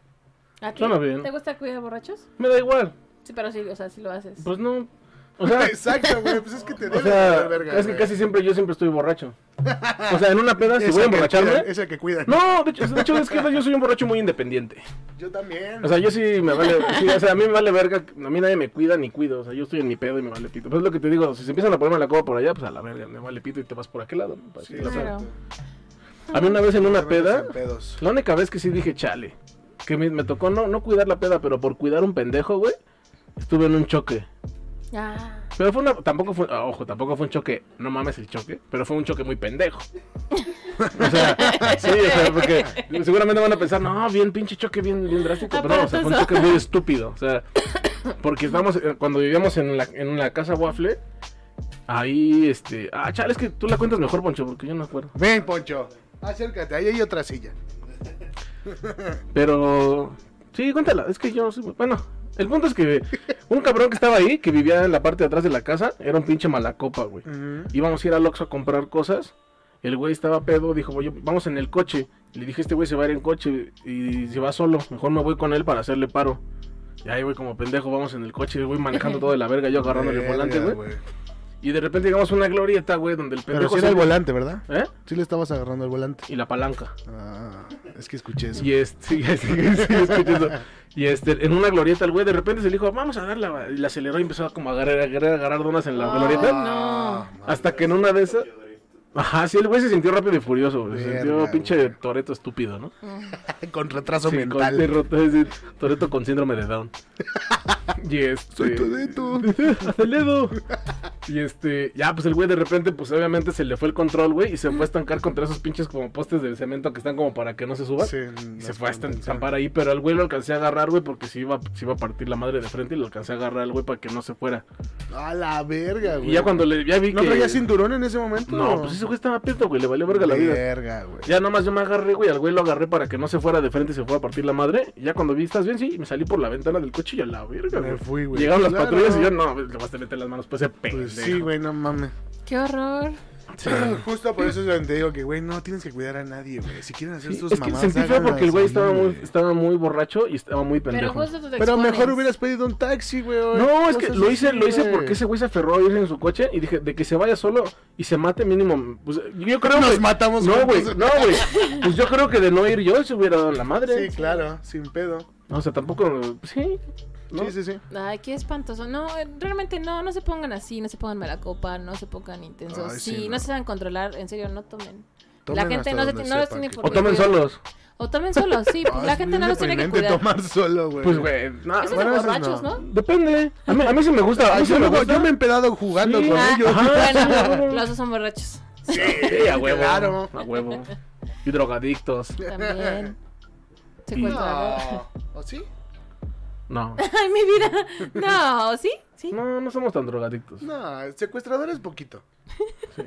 ¿A ti
Suena bien.
¿Te gusta cuidar borrachos?
Me da igual.
Sí, pero sí, o sea, sí lo haces.
Pues no. (laughs) O
(laughs)
sea,
Exacto, güey. Pues es que te
o
debes de
sea
dar verga,
es que
güey.
casi siempre yo siempre estoy borracho. O sea, en una peda, si
Es
voy a
el que cuidan,
emborracharme.
Es el que cuida.
No, de hecho, de hecho, es que yo soy un borracho muy independiente.
Yo también.
O sea, yo sí me vale. sí, o sea, a mí me vale verga. A mí nadie me cuida ni cuido. O sea, yo estoy en mi pedo y me vale pito. Pues es lo que te digo. Si se empiezan a ponerme la copa por allá, pues a la verga, me vale pito y te vas por aquel lado. ¿no? Para
Sí,
que la
claro.
exacto.
peda. A mí una vez en una
Te metes
peda,
en pedos.
la única vez que sí dije chale. Que me, me tocó no, no cuidar la peda, pero por cuidar un pendejo, güey, estuve en un choque.
Ah,
Pero fue una. Tampoco fue. ah, Ojo, tampoco fue un choque. No mames el choque. Pero fue un choque muy pendejo. O sea, sí, o sea, porque seguramente van a pensar, no, bien pinche choque, bien, bien drástico. Pero no, o sea, fue un choque muy estúpido. O sea, porque estábamos. eh, Cuando vivíamos en la, en la casa Waffle, ahí, este. Ah, chale, es que tú la cuentas mejor, Poncho, porque yo no acuerdo.
Ven, Poncho. Acércate, ahí hay otra silla.
Pero. Sí, cuéntala. Es que yo. no soy muy- Bueno, el punto es que un cabrón que estaba ahí, que vivía en la parte de atrás de la casa, era un pinche malacopa, güey. íbamos a ir al Oxxo a comprar cosas. El güey estaba pedo, dijo, "Oye, vamos en el coche. Le dije, este güey se va a ir en coche y se va solo. Mejor me voy con él para hacerle paro. Y ahí, güey, como pendejo, vamos en el coche. El güey manejando todo de la verga, yo agarrándole el
Verga,
volante, güey. Y de repente llegamos a una glorieta, güey, donde el
Pero
pendejo...
sí era el
se-
volante, ¿verdad?
¿Eh?
Sí le estabas agarrando el volante.
Y la palanca.
Ah, es que escuché eso.
Y este, sí, (laughs) sí, sí, sí, escuché eso. Y este, en una glorieta, el güey de repente se le dijo, vamos a darla. Y la aceleró y empezó a como agarrar, agarrar, agarrar donas en la
Ah.
glorieta.
Ah, madre.
Hasta que en una de esas. Ajá, sí, el güey se sintió rápido y furioso. güey. Se
Verga,
sintió
güey.
pinche Toreto estúpido, ¿no?
Ah, Con retraso
Sí, con
mental.
este roto- ese Toreto
(laughs)
con síndrome de Down. Y este.
Soy Toretto.
Aceledo. Y este, ya, pues el güey de repente, pues obviamente se le fue el control, güey, y se fue a estancar contra esos pinches como postes de cemento que están como para que no se suba.
Sí,
Se
las
fue a estan-
convenciones.
estampar ahí, pero al güey lo alcancé a agarrar, güey, porque se iba, se iba a partir la madre de frente y lo alcancé a agarrar al güey para que no se fuera.
A la verga, güey.
Y ya cuando le ya vi
¿No
que.
traía cinturón en ese momento?
No, pues ese güey estaba aprieto, güey, le valió verga la vida.
Verga, güey.
Ya nomás yo me agarré, güey, al güey lo agarré para que no se fuera de frente y se fuera a partir la madre. Y ya cuando vi, ¿estás bien? Sí, y me salí por la ventana del coche y a la verga,
Me
güey.
fui, güey.
Llegaron las
Claro.
patrullas y yo, no, le vas a meter las manos, pues ese pendejo.
Pues sí, güey, no mames.
Qué horror.
(clears throat) Sí.
(clears throat) Justo por eso es donde te digo que, güey, no tienes que cuidar a nadie, güey. Si quieren hacer
Sí,
sus
es que
mamadas,
sentí feo porque el güey estaba muy,
háganlas ahí,
estaba muy borracho y estaba muy pendejo.
Pero justo tú te
güey. Pero
expones.
mejor hubieras pedido un taxi, güey.
No, es que
cosas
lo hice,
así,
lo hice
güey.
porque ese güey se aferró a ir en su coche y dije, de que se vaya solo y se mate mínimo. Pues, yo creo
Nos
que-
matamos
No, güey,
juntos.
no, güey. (laughs) Pues yo creo que de no ir yo se hubiera dado la madre.
Sí, claro, sin pedo.
No, o sea, tampoco. pues Sí. ¿no?
Sí, sí, sí.
Ay, qué espantoso. No, eh, realmente no, no se pongan así, no se pongan mala copa, no se pongan intensos.
Ay, sí,
sí, no.
no.
se saben controlar, en serio, no tomen.
Tomen
la gente
hasta
no, se
donde
ti- no los
sepan
tiene
que-
por
O
qué
tomen
cuidar.
solos.
O tomen solos, sí.
(laughs) Ay,
la
es
gente
bien
no los tiene que
deprimente
cuidar.
tomar solo, güey.
Pues, güey. no,
Esos
bueno, a veces
borrachos,
no.
¿no?
depende. A mí, a mí sí me gusta. A
Ay,
mí sí
yo,
me
luego-
gusta.
yo me he empedado jugando
Sí.
con
Ah, (laughs)
ellos.
bueno,
(laughs)
los dos son borrachos.
(laughs) Sí, a huevo.
Claro.
A huevo. Y
(laughs)
drogadictos.
(laughs)
También. Se
Y-
cuenta.
No. ¿O sí?
No.
(laughs) Ay, mi vida. No, ¿sí? Sí.
No, no somos tan drogadictos.
No, secuestrador es poquito. (laughs)
Sí.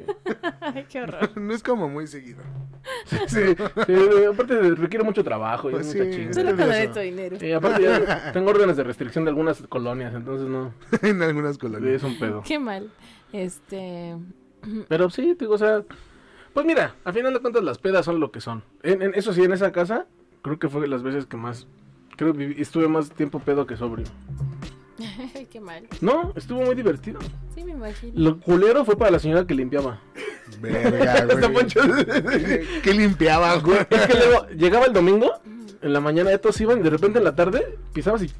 Ay, qué horror.
No es como muy seguido. (laughs)
Sí, sí, aparte requiere mucho trabajo y
Pues
es
sí.
mucha chinga.
Solo con
nervioso.
esto dinero.
Y aparte ya tengo órdenes de restricción de algunas colonias, entonces no,
en algunas
sí, es
colonias.
un pedo.
Qué mal. Este. (laughs)
Pero sí, te digo, o sea, pues mira, al final de cuentas las pedas son lo que son. En, en- eso sí, en esa casa creo que fue las veces que más, creo que viví- estuve más tiempo pedo que sobrio.
Ay, qué mal.
No, estuvo muy divertido.
Sí, me imagino.
Lo culero fue para la señora que limpiaba.
(laughs) Verga, güey.
Este Poncho. (laughs)
que limpiaba, güey.
Es que luego llegaba el domingo, en la mañana ya todos iban y de repente en la tarde pisabas y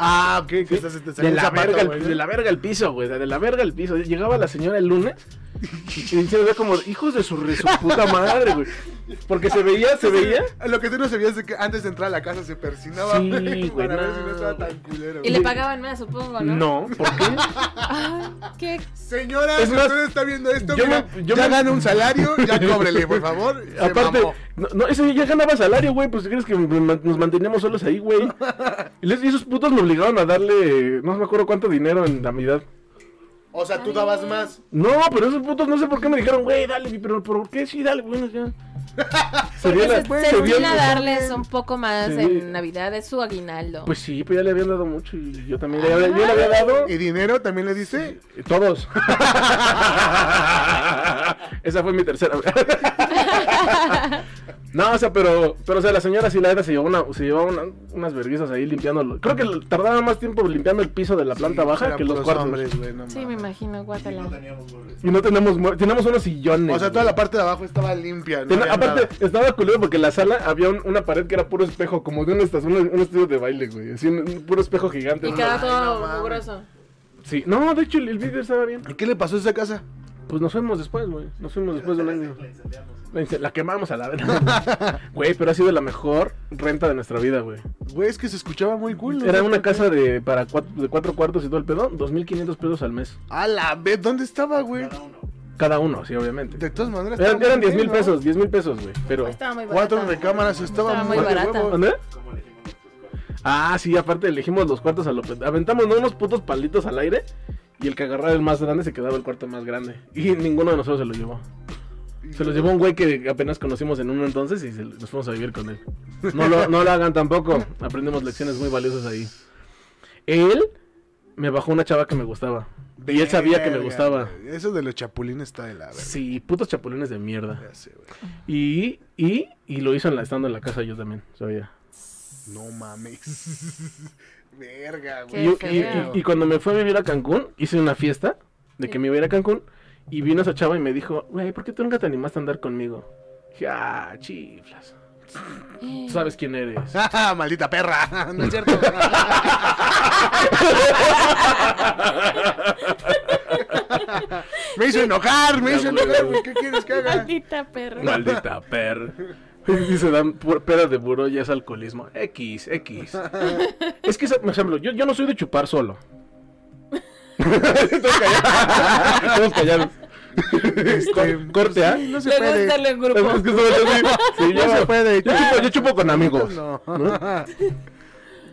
Ah, ok, que
Sí,
estás te
de,
salió un
la
zapato,
verga,
güey,
el, de la verga el piso, güey. o sea, De la verga el piso. Llegaba la señora el lunes y y se veía como hijos de su, re- su puta madre, güey. Porque se veía, se veía.
eh, Lo que tú no sabías es que antes de entrar a la casa se persinaba
Sí,
güey,
güey,
(laughs) para ver si
no.
no estaba tan culero.
Y le pagaban más, supongo, ¿no?
No, ¿por qué?
Ay, qué.
Señora,
Es
si
más,
usted está viendo esto,
yo
mira,
me- yo
ya
me-
gana un salario,
(laughs)
ya cóbrele, por favor. Se
Aparte,
mamó.
no, no, ese ya ganaba salario, güey. Pues ¿tú crees que m- nos manteníamos solos ahí,
(laughs)
güey. Y les- y esos putos me obligaron a darle, no me acuerdo cuánto dinero en la mitad.
O sea, tú dabas más.
No, pero esos putos no sé por qué me dijeron, güey, dale, pero ¿por qué? Sí, dale, bueno,
(laughs)
ya. Se
Porque
dio la-
se, se
se dio
digna
la-
darles un poco más
Se dio-
en Navidad, es su aguinaldo.
Pues sí, pues ya le habían dado mucho y yo también le, había- yo le había dado.
¿Y dinero también le dice?
y- Todos. (laughs) Esa fue mi tercera. (laughs) no, o sea, pero, pero o sea, la señora sí la era se llevó una, se llevaba una- unas verguizas ahí limpiando. Creo que tardaba más tiempo limpiando el piso de la planta baja
Eran
que los
puros
cuartos.
hombres, güey, no
(laughs) sí, me
mames.
imagino, guácala.
teníamos muebles.
Y no tenemos mue- tenemos unos sillones.
O sea, toda
güey.
la parte de abajo estaba limpia. no
Ten-
había
aparte,
nada.
estaba culero porque en la sala había un- una pared que era puro espejo, como de un, esta- un- un estudio de baile, güey. Así, un, un puro espejo gigante.
Y
¿no?
quedaba
Ay, no
todo
mames.
mugroso.
Sí. No, de hecho, el, el vídeo estaba bien.
¿Y qué le pasó a esa casa?
Pues nos fuimos después, güey. Nos fuimos después de un año. La, ince- la quemamos a la verga. (laughs) Güey, pero ha sido la mejor renta de nuestra vida, güey.
Güey, es que se escuchaba muy cool. ¿no?
Era una casa de para cuatro, de cuatro cuartos y todo el pedo, 2.500 pesos al mes.
A la vez, ¿dónde estaba, güey?
Cada uno.
Cada uno, sí, obviamente.
De todas maneras.
Eran,
estaba
eran
muy
10 mil
bien, ¿no?
pesos, 10 mil pesos, güey. Pero...
Estaba muy barata.
Cuatro recámaras estaba,
Estaba muy
de
barata.
huevo.
¿Dónde?
¿Cómo elegimos nuestros cuerpos?
Ah, sí, aparte elegimos los cuartos a lo pe- Aventamos ¿no? unos putos palitos al aire y el que agarraba el más grande se quedaba el cuarto más grande. Y ninguno de nosotros se lo llevó. Se los llevó un güey que apenas conocimos en uno entonces y se- nos fuimos a vivir con él. No lo, no lo hagan tampoco. Aprendimos lecciones muy valiosas ahí. Él me bajó una chava que me gustaba. Y él sabía que me
Verga,
gustaba.
güey. Eso de los chapulines está de la verga.
Sí, putos chapulines de mierda.
Ya sé, güey.
Y, y, y lo hizo en la, estando en la casa yo también, sabía.
No mames. (laughs) verga,
Qué
Y,
güey.
y-
feo.
y- y cuando me fui a vivir a Cancún, hice una fiesta de que me iba a ir a Cancún. Y vino esa chava y me dijo, güey, ¿por qué tú nunca te animaste a andar conmigo? Dije, ah, chiflas.
Eh.
Tú sabes quién eres.
(laughs) Ah, (laughs) maldita perra. (laughs) No
(laughs)
es cierto. me hizo enojar, me hizo enojar. güey. (laughs) ¿Qué quieres que haga?
Maldita perra.
Maldita per. (laughs) Y se dan pu- pera de buró, ya es alcoholismo.
(laughs)
X, X. Es que, por ejemplo, yo, yo no soy de chupar solo. Todos callados. Todos callados. Cor- corte, ¿ah?
Este, pues, No se
Luego
puede.
estarlo en
Es que
grupo.
estaba yo así. Sí,
No
yo-
se puede.
Yo chupo, yo chupo con amigos.
No.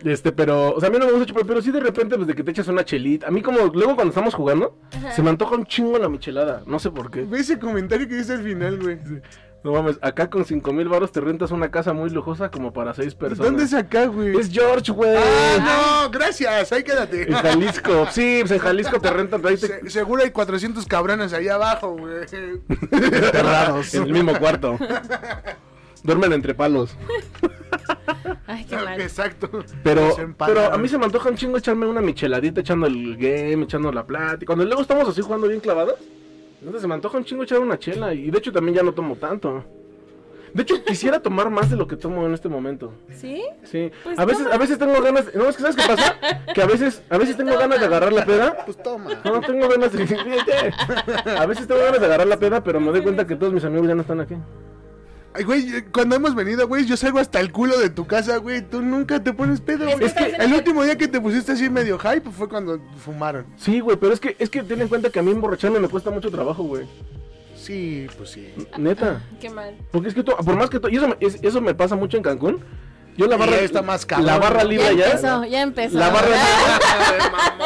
Este, pero, o sea, a mí no me gusta chupar, pero sí de repente, pues de que te echas una chelita. A mí, como luego cuando estamos jugando, se me antoja un chingo la michelada. No sé por qué.
(laughs) Ve ese comentario que dice al final, güey.
No mames, acá con cinco mil baros te rentas una casa muy lujosa como para seis personas.
¿Dónde es acá, güey?
Es George, güey.
Ah, no, gracias. Ahí quédate.
En Jalisco. Sí, pues en Jalisco te rentan, ahí te-
Se- seguro hay 400 cabrones allá abajo, güey. (laughs)
enterrados. En el mismo cuarto. Duermen entre palos.
Ay, qué mal.
Exacto.
Pero,
Se empalan.
pero a mí se me antoja un chingo echarme una micheladita echando el game, echando la plática. Cuando luego estamos así jugando bien clavados, entonces se me antoja un chingo echar una chela. Y de hecho también ya no tomo tanto. De hecho, quisiera tomar más de lo que tomo en este momento.
¿Sí?
Sí.
Pues
a veces,
toma.
a veces tengo ganas. No, es que sabes qué pasa? Que a veces, a veces tengo ganas de agarrar la peda.
Pues toma.
No, tengo ganas de. Fíjate. A veces tengo ganas de agarrar la peda, pero me doy cuenta que todos mis amigos ya no están aquí.
Ay, güey, eh, cuando hemos venido, güey, yo salgo hasta el culo de tu casa, güey. Tú nunca te pones pedo,
Es
güey.
que
Es que
estás en
el
el-
último día que te pusiste así medio hype fue cuando fumaron.
Sí, güey, pero es que, es que ten en cuenta que a mí emborracharme me cuesta mucho trabajo, güey.
Sí,
(laughs)
pues sí.
Neta.
Qué mal.
Porque es que to- por más que todo, y eso me, es- eso me pasa mucho en Cancún. Yo la barra
Ya está más cabrón.
La barra libre
Ya
allá.
empezó, ya empezó. (laughs)
La barra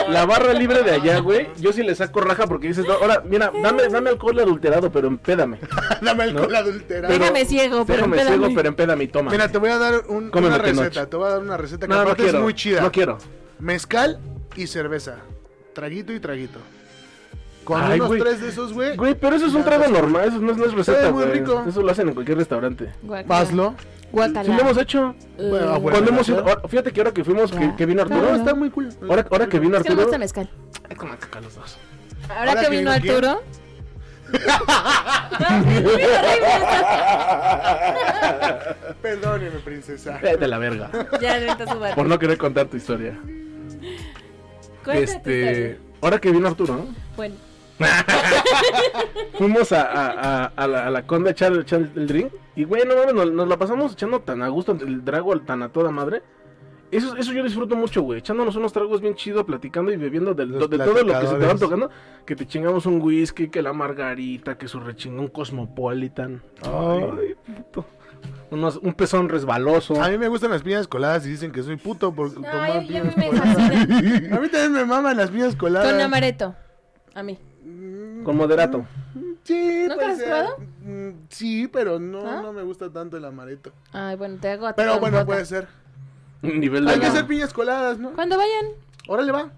La barra libre de allá, güey. Yo sí le saco raja porque dices, "No, ahora, mira, dame, dame alcohol adulterado,
(laughs)
pero empédame.
Dame alcohol
¿No?
adulterado.
Pero-
Déjame ciego, pero
Déjame
empédame.
ciego, pero empédame y toma.
Mira, te voy a dar un-
Cómeme
una
que no.
receta. Te voy a dar una receta que
no, no
aparte
quiero.
es muy chida.
No quiero.
Mezcal y cerveza. Traguito y traguito. Con
Ay,
unos
güey.
tres de esos, güey.
Güey, pero eso es un
Ya,
trago
pues,
normal, eso no es, no es receta,
Sabe muy
güey.
rico.
Eso lo hacen en cualquier restaurante.
Guácala.
Hazlo.
Guácala.
Sí lo hemos hecho.
Uh,
Bueno, ah, bueno.
Cuando hemos ido,
¿verdad?
ahora- fíjate que ahora que fuimos, que,
Ya.
que vino
No,
Arturo.
Claro.
está muy cool.
Ahora, ahora que vino
Es que no me gusta
Arturo.
el mezcal.
Ay, cómo caca los dos.
Ahora,
Ahora
que
que
vino
vino quién.
(laughs) Arturo.
Perdóneme, princesa.
Vete a la verga.
ya renta su barco.
Por no querer contar tu historia. este,
Este...
ahora que vino Arturo, ¿no?
Bueno,
fuimos a, a- a- a la, a la conda a echar, echar el drink. Y güey, no mames, nos, nos la pasamos echando tan a gusto el drago al- tan a toda madre. Eso, eso yo disfruto mucho, güey. Echándonos unos tragos bien chido, platicando y bebiendo del-
Los
de, todo lo que se te van
platicadores.
tocando. Que te chingamos un whisky, que la margarita, que su rechingón cosmopolitan. Ay, puto. Unos, un pezón resbaloso.
A mí me gustan las piñas coladas y dicen que soy puto por
no, yo, yo a
tomar
mí
piñas
me
coladas.
fascina.
A mí también me maman las piñas coladas. Mm,
Con amareto. A mí.
Con moderato.
Sí,
¿Nunca
puede
has
ser.
probado?
Mm, Sí, pero no,
¿Ah?
no me gusta tanto el amareto.
Ay, bueno, te hago a
Pero
todo
bueno,
bota.
puede ser.
Nivel de.
Hay que
no.
hacer piñas coladas, ¿no?
Cuando vayan.
Órale, va.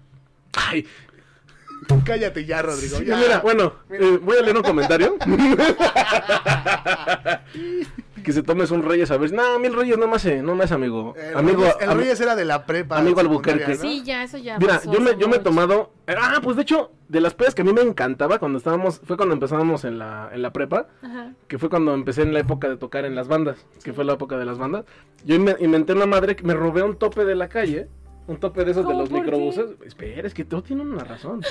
Ay,
Cállate ya, Rodrigo.
Sí,
ya.
mira, bueno, eh, voy a leer un
(laughs)
comentario. que se tomes un Reyes a ver. No, a mí el Reyes no me hace, no me hace amigo.
Eh, El
amigo,
Reyes- el
ami-
Reyes era de la prepa.
amigo
secundaria,
Albuquerque.
Sí, ya, eso ya.
Mira,
pasó
yo me,
hace
yo me he
mucho.
tomado. Ah, pues de hecho, de las pedas que a mí me encantaba cuando estábamos, fue cuando empezábamos en la, en la prepa,
Ajá.
que fue cuando empecé en la época de tocar en las bandas, que fue la época de las bandas. Yo inve- inventé una madre que me robé un tope de la calle, un tope de esos de
¿Cómo?
los
¿Por qué?
microbuses. Espera, es que todo tiene una razón.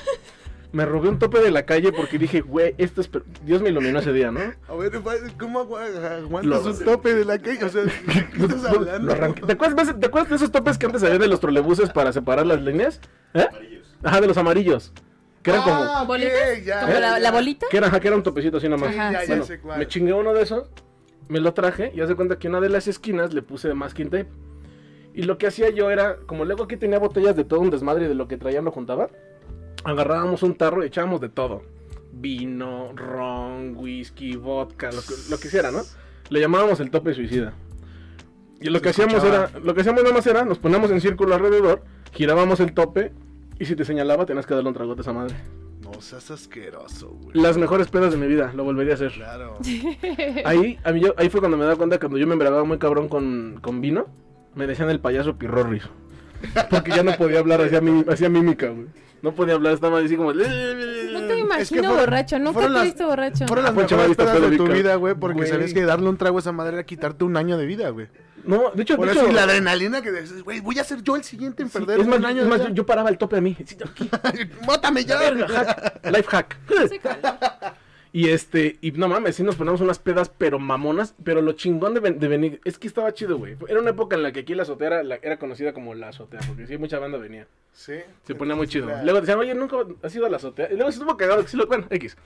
Me robé un tope de la calle porque dije, güey, esto es... per- Dios me iluminó ese día, ¿no?
A ver, pa- ¿cómo agu- aguantas
Lo-
un tope de la calle? O
(laughs)
sea, ¿qué estás hablando?
Lo arranqué. ¿Te acuerdas, de ese- te acuerdas de esos topes que antes había de los trolebuses para separar las líneas? ¿Eh? Ajá, de los amarillos. Que eran como...
Ah, ok,
¿Bolitas?
ya,
¿Como
ya,
la,
ya.
la bolita?
Que era, ajá, que era un topecito así nomás.
Sí, ya, ya
Bueno,
sé cuál.
me chingué uno de esos, me lo traje y hace cuenta que una de las esquinas le puse masking tape. Y lo que hacía yo era, como luego aquí tenía botellas de todo un desmadre y de lo que traían lo juntaba, agarrábamos un tarro y echábamos de todo. Vino, ron, whisky, vodka, lo que, lo que hiciera, ¿no? Le llamábamos el tope suicida. Y lo
Se
que hacíamos
escuchaba.
era, lo que hacíamos nada más era, nos poníamos en círculo alrededor, girábamos el tope y si te señalaba tenías que darle un tragote a esa madre.
No seas asqueroso, güey.
Las mejores pedas de mi vida, lo volvería a hacer.
Claro.
Ahí, a mí yo- ahí fue cuando me daba cuenta cuando yo me embriagaba muy cabrón con, con vino, me decían el payaso
(laughs)
pirrorris. Porque ya no podía hablar, hacía, mí- hacía mímica, güey. No podía hablar, estaba así como...
No te
No
imagino
fueron-
borracho. Nunca te
fueron
he
las-
visto borracho.
Fueron las
Ah, Poncho,
mejores
ahorita
pedas de tu
Federico.
vida, güey, porque
Güey.
sabías que darle un trago a esa madre era quitarte un año de vida, güey.
de hecho,
Por
de
eso
hecho
y la adrenalina que dices, güey, voy a ser yo el siguiente en
sí,
perder
es más,
un año
es más,
de
yo, yo
(laughs)
paraba el tope a mí. Sí, aquí,
vida. ¡Mátame
la
ya!
verga, hack, life hack.
Sí, claro.
Y este, y no mames, sí nos ponemos unas pedas, pero mamonas. Pero lo chingón de, ven- de venir es que estaba chido, güey. Era una época en la que aquí la azotea era, la- era conocida como la azotea, porque sí, mucha banda venía.
Sí.
Se ponía muy chido.
Entonces, la-
Luego decían, oye, nunca has ido a la azotea. Y luego estuvo cagado, que sí lo. Bueno, X.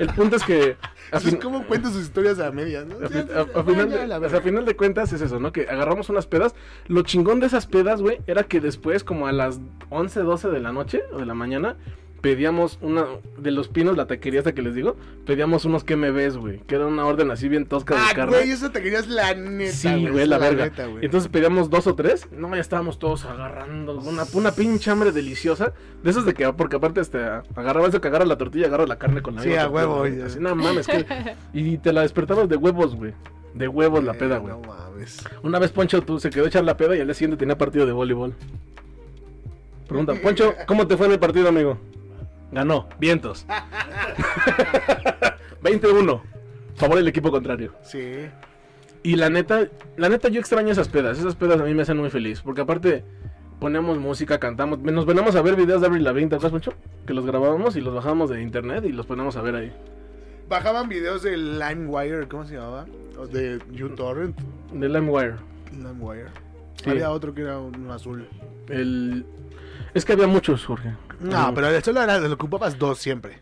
El punto es
(laughs)
que. a
Así es
fin-
como cuentas sus historias a medias, ¿no?
a,
Ya,
fin-
Pues, ya,
a-
ya,
a final
ya,
de,
la
o sea,
verga.
a final de cuentas es eso, ¿no? Que agarramos unas pedas. Lo chingón de esas pedas, güey, era que después, como a las 11, 12 de la noche o de la mañana, pedíamos una de los pinos, la taquería hasta que les digo, pedíamos unos que me ves, güey, que era una orden así bien tosca de
Ah,
carne.
güey, esa te querías la neta.
Sí, güey,
esa
la verga.
neta, güey.
Entonces pedíamos dos o tres. No, ya estábamos todos agarrando una, una pinche hambre deliciosa. De esas de que, porque aparte, este, agarraba eso que agarra la tortilla, agarra la carne con la
Sí,
misma
a
tortilla,
huevo,
güey.
ya.
Así, no mames. que- Y te la despertabas de huevos, güey. De huevos la
Eh,
peda, güey.
No mames.
Una vez Poncho tú, se quedó a echar la peda y al día siguiente tenía partido de voleibol. Pregunta, Poncho, ¿cómo te fue en el partido, amigo? Ganó, vientos. (laughs) 20-1. Favor el equipo contrario.
Sí.
Y la neta, la neta yo extraño esas pedas. Esas pedas a mí me hacen muy feliz. Porque aparte ponemos música, cantamos. Nos venimos a ver videos de Avril Lavigne, ¿te acuerdas, Poncho? Que los grabábamos y los bajábamos de internet y los ponemos a ver ahí.
Bajaban videos de LimeWire, ¿cómo se llamaba? O de uTorrent.
De LimeWire.
LimeWire.
Sí.
Había otro que era un azul.
El... Es que había muchos, Jorge.
No,
Mm.
pero eso lo, era, lo ocupabas dos siempre.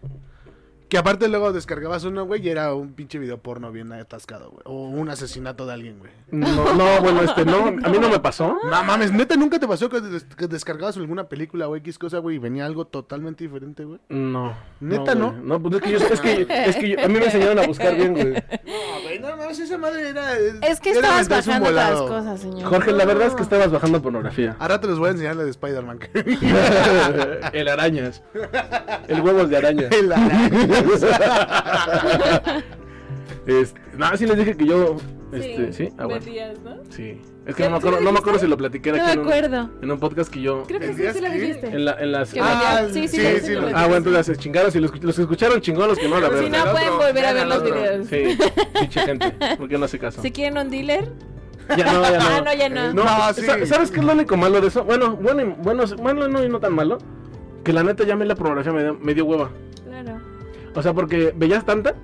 Que aparte luego descargabas uno, güey, y era un pinche video porno bien atascado, güey. O un asesinato de alguien, güey.
No, no, bueno, este, no, a mí no me pasó.
No mames, neta, nunca te pasó que, des- que descargabas alguna película o X cosa, güey, y venía algo totalmente diferente, güey.
No.
¿Neta,
güey.
no?
No, pues es que yo, es que, es que yo- a mí me enseñaron a buscar bien, güey.
No, güey, no mames, esa madre era.
(laughs) Es que estabas bajando otras cosas, señor.
Jorge, la verdad es que estabas bajando pornografía.
(laughs) Ahora te los voy a enseñar la de Spider-Man. (laughs)
El arañas. El huevos de araña.
El (laughs) araña.
(laughs) Este, no, sí les dije que yo.
Sí,
Este, sí, ah, bueno.
metías, ¿no?
Sí. Es que no me acuerdo, no me acuerdo si lo platiqué
No
aquí
me
en, un,
acuerdo.
en un podcast que yo.
Creo que sí,
¿Vendías
sí lo
qué?
dijiste.
En, la, en las.
Que
Ah,
vendías-
ah,
sí, sí,
sí,
sí,
sí,
sí lo
lo-
vendías.
ah, bueno, entonces se chingaron. Si los, los escucharon chingón, los que no, la
Pues Si
verdad.
no,
otro,
pueden volver a
vean
ver
al
los
otro.
videos.
Sí, pinche gente. ¿Por qué no hace caso?
Si quieren un dealer.
Ya no, ya no.
Ah, no, ya no.
No,
No,
sa-
sí.
¿Sabes qué es lo único malo de eso? Bueno, bueno, y- bueno, bueno no, y no tan malo. Que la neta ya a mí la pornografía me dio, me dio hueva.
Claro.
O sea, porque veías tanta.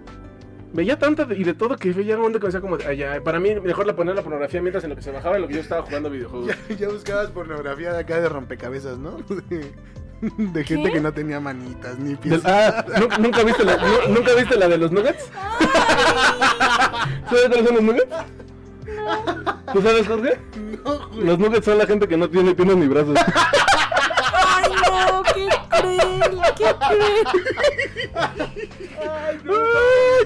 Veía tanta de- y de todo que ya un momento que decía como, de, "Ay, ya, para mí mejor la poner la pornografía mientras en lo que se bajaba en lo que yo estaba jugando videojuegos.
(laughs) ya, ya buscabas pornografía de acá de rompecabezas, ¿no? (laughs) De, de gente
¿Qué?
que no tenía manitas ni pies.
Del- ah, nu- ¿nunca, viste la, nu- ¿Nunca viste la de los nuggets? ¿Sabes cuáles son los nuggets? ¿Tú sabes, Jorge?
(laughs) No, güey.
Los nuggets son la gente que no tiene piernas ni brazos.
¡Ay, no! ¡Qué cruel! ¡Qué cruel!
Ay,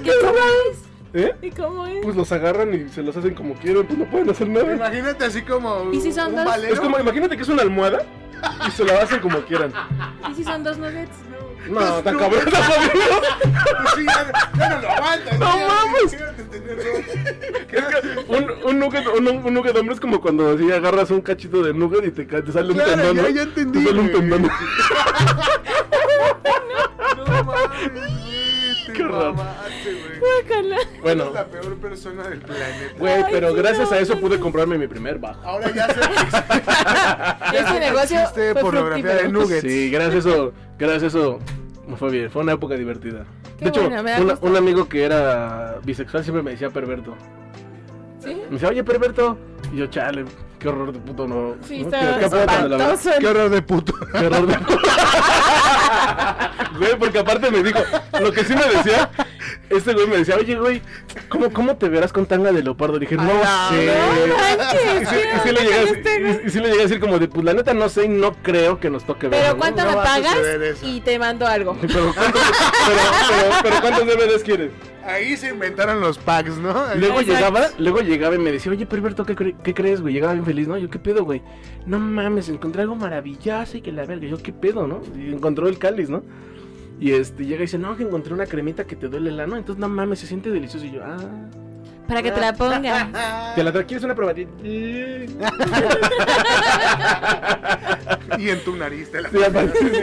¿Y cómo es?
¿Eh?
¿Y cómo es?
Pues los agarran y se los hacen como quieren, pues no pueden hacer nada.
Imagínate así como
¿Y si son
un
dos?
valero.
Es como, imagínate que es una almohada y se la hacen como quieran.
¿Y si son dos nuggets?
No, tan cabrón, tan jodido.
(laughs) Sí, ya, ya no lo aguantas.
No
ya,
mames.
imagínate tener dos.
Un, un, nugget, un, un nugget hombre es como cuando así agarras un cachito de nugget y te, ca- te sale
Claro,
un tendón.
ya-
¿no?
ya entendí,
Te sale un
güey.
tendón.
No mames,
(laughs)
güey, te
Qué horror.
mamaste, güey.
Guácala.
Bueno,
Eres la peor persona del planeta.
güey,
Ay,
pero
sí,
gracias
no,
a eso
no,
pude
no.
comprarme mi primer bajo.
Ahora ya
(laughs)
se
Este negocio
existe
fue
pornografía de
fructífero.
nuggets.
Sí, gracias a eso, gracias a eso me fue bien, fue una época divertida.
Qué
de hecho,
bueno, me da
una-
gusto.
un amigo que era bisexual siempre me decía perverto.
¿Sí?
Me decía, oye, perverto. Y yo, chale, qué horror de puto no.
Sí,
¿no?
está
Qué- qué apodo tan de la verga.
espantoso.
Qué horror de puto.
Qué horror de
(laughs)
puto. Güey, porque aparte me dijo, lo que sí me decía, este güey me decía, oye, güey, ¿cómo, cómo te verás con tanga de leopardo? Y dije, no
la
sé.
¡No manches!
Y sí, y sí
¿qué
le
onda
llegué a
con este güey?
decir- y- y sí le llegué a decir como de, pues la neta no sé y no creo que nos toque verlo,
Pero
¿no?
¿cuánto
no
me
va a
pagas?
suceder eso.
Y te mando algo.
(laughs) Pero, ¿cuántos- pero, pero, pero ¿cuántos DVDs quieres?
Ahí se inventaron los packs, ¿no?
Y Luego
Exacto.
llegaba, luego llegaba y me decía, oye, Perverto, ¿qué, cre- qué crees, güey? Llegaba bien feliz, ¿no? Yo, ¿qué pedo, güey? No mames, encontré algo maravilloso y que la verga. Yo, ¿qué pedo, no? Y encontró el cáliz, ¿no? Y este, llega y dice, no, que encontré una cremita que te duele el ano. Entonces, no mames, se siente delicioso. Y yo, ah.
Para que te la ponga.
Ah,
¿Te la tra- ¿Quieres una probadita? Sí, (laughs)
Y en tu nariz te la
aparte, sí, sí.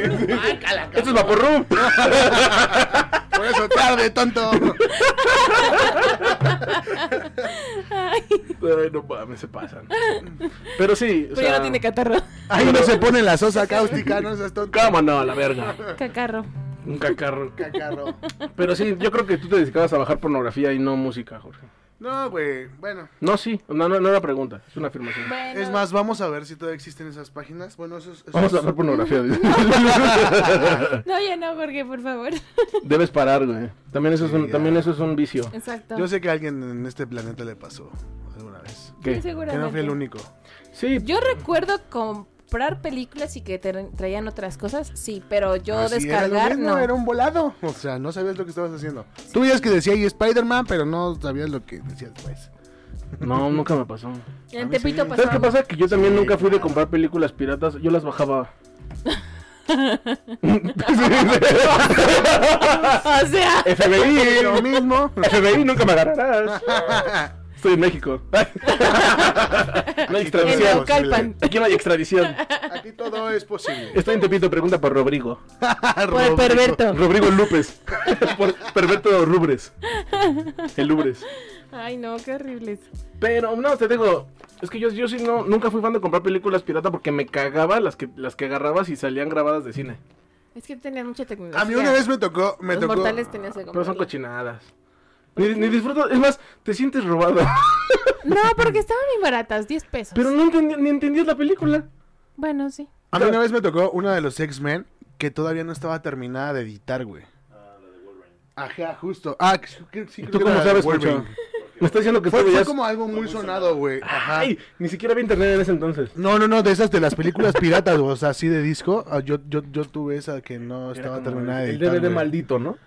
Eso es vaporrum.
Por eso tarde, tonto.
(laughs) Ay, no mames, se pasan. Pero sí, o
Pero ya
sea,
no tiene catarro.
Ahí no se pone la sosa cáustica, no seas tonto.
¿Cómo no, la verga?
Cacarro.
Un cacarro.
Cacarro.
Pero sí, yo creo que tú te dedicabas a bajar pornografía y no música, Jorge.
No, güey. Bueno.
No, sí. No, no, no era pregunta. Es una afirmación.
Bueno,
Es más, vamos a ver si todavía existen esas páginas. Bueno, eso es. eso
Vamos a
es-
bajar pornografía.
(laughs)
dice.
No, ya no, Jorge, por favor.
Debes parar, güey. También eso es un,
Sí,
también
ya.
eso es un vicio.
Exacto.
Yo sé que a alguien en este planeta le pasó alguna vez.
Sí,
¿Qué?
seguramente.
Que no fui el único.
Sí,
Yo recuerdo comprar películas y que te traían otras cosas, Ah, sí, pero yo
Así Ah, era lo
descargar
mismo,
no.
Era un volado. O sea, no sabías lo que estabas haciendo. Tú veías que decía ahí Spider-Man, pero no sabías lo que decía después.
no, nunca me pasó.
En Tepito
sí.
pasó.
¿Sabes qué pasa? Que yo también
Sí,
nunca fui de
claro.
comprar películas piratas, yo las
(laughs)
bajaba.
(laughs) O sea,
Lo
FBI, (laughs)
mismo.
FBI, nunca me agarrarás. Estoy en
(laughs)
México. No hay
en
Era
extradición.
un-
Naucalpan.
Aquí no hay extradición.
Aquí todo es
(laughs)
posible.
Estoy en Tepito, pregunta por Rodrigo.
Por el perverto.
(laughs) Rodrigo López. Por Perverto Rubres. El Lubres.
Ay, no, qué horrible.
Pero no, te digo, es que yo, yo sí no, nunca fui fan de comprar películas pirata porque me cagaba las que, las que agarrabas y salían grabadas de cine.
Es que tenías mucha tecnología.
A mí una vez me tocó. Me
Los
tocó.
mortales tenías que
Pero son
comprarlo.
cochinadas. Ni, ni disfrutas, es más, te sientes robado. (laughs)
No, porque estaban muy baratas, 10 pesos.
Pero no entendí- ni entendías la película.
Bueno, sí.
A mí una vez me tocó una de los X-Men que todavía no estaba terminada de editar, güey.
Ah,
Ajá, justo. Ah, que- que- sí,
¿Y
creo
tú
que
cómo
era
sabes,
Wolverine.
Poncho? Me está diciendo que
Fue,
tú
fue
veías-
como algo muy sonado, güey. Ajá.
Ay, ni siquiera había internet en ese entonces.
No, no, no, de esas de las películas piratas, güey, o sea, así de disco. ah, Yo, yo, yo tuve esa que no
Era
estaba
como
terminada de
el, el
editar.
DVD
güey.
maldito, ¿no?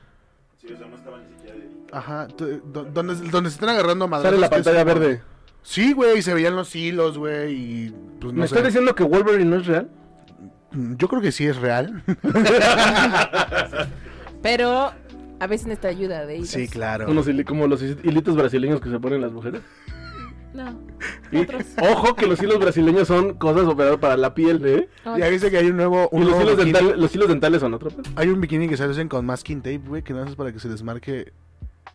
Ajá, tú- do- donde, donde se están agarrando madrazos.
Sale la
que es-
pantalla verde.
Sí, güey, y se veían los hilos, güey, y pues no
¿Me
sé. Mm,
estás diciendo que Wolverine no es real?
Yo creo que sí es real.
Pero a veces necesita ayuda de ellos.
(laughs) sí, claro.
Unos hili- como los hilitos brasileños que se ponen las mujeres.
No.
Y,
Otros.
(laughs) ojo que los hilos brasileños son cosas operadas para la piel, ¿eh?
Ay,
Ya viste que hay un nuevo,
Y
un
los
nuevo
hilos,
bikini.
dentales, los hilos dentales son otro. pues.
Hay un bikini que se hacen con masking tape, güey, que nada más es para que se desmarque.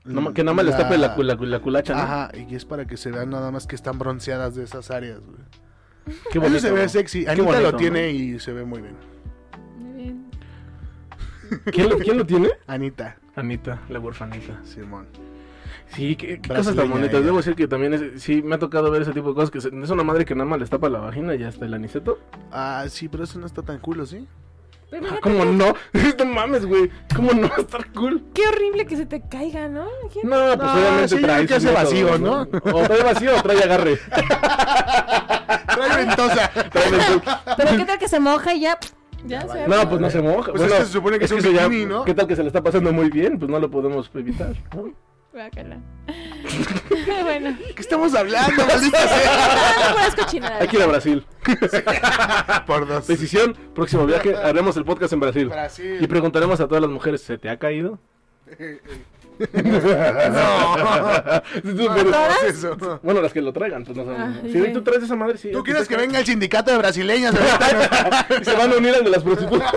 No ma- que nada más les tape la, cu- la cu- la culacha, ¿no?
Ajá, y es para que se vean nada más que están bronceadas de esas áreas, güey.
Qué
Eso
bonito,
se ve
¿no?
sexy.
Qué
Anita
bonito,
lo
¿no?
tiene y se ve muy bien.
muy bien.
¿Quién lo, quién lo tiene?
Anita,
Anita, la huerfanita.
Simón.
Sí, qué, qué
Brasileña
cosas tan bonitas.
ella.
Debo decir que también es- sí me ha tocado ver ese tipo de cosas que se- es una madre que nada más les tapa la vagina y hasta el aniceto.
Ah, sí, pero eso no está tan
(laughs)
culo, ¿sí?
Pero
Ah,
fíjate
¿Cómo
que-
no? (laughs) no mames, güey. ¿Cómo no va a estar cool?
Qué horrible que se te caiga, ¿no? Imagínate.
No, pues
No,
obviamente
sí,
trae.
ya
su
se
método,
vacío, ¿no?
O trae vacío o trae
(laughs)
agarre.
Trae ventosa.
Trae vacío.
Pero qué tal que se moja y ya. Ya se
No, pues no se moja.
Pues es que se supone que es un
eso ya-
bikini, ¿no?
¿Qué tal que se le está pasando muy bien? Pues no lo podemos evitar, ¿no?
Guácala. (laughs) bueno.
¿Qué estamos hablando, maldita
(laughs)
sea?
Ah, puras cochinadas.
Hay que ir a Brasil.
Por dos.
Decisión, próximo viaje, haremos el podcast en Brasil. Y
Brasil. (laughs)
preguntaremos a todas las mujeres, ¿se te ha caído?
No,
(laughs) Pero-
no es eso, no.
bueno, las que lo traigan, pues no sabemos.
Ah,
si
sí.
tú traes esa madre, sí.
¿Tú quieres que venga el sindicato
(laughs)
de brasileñas?
Y se van a unir al de las prostitutas.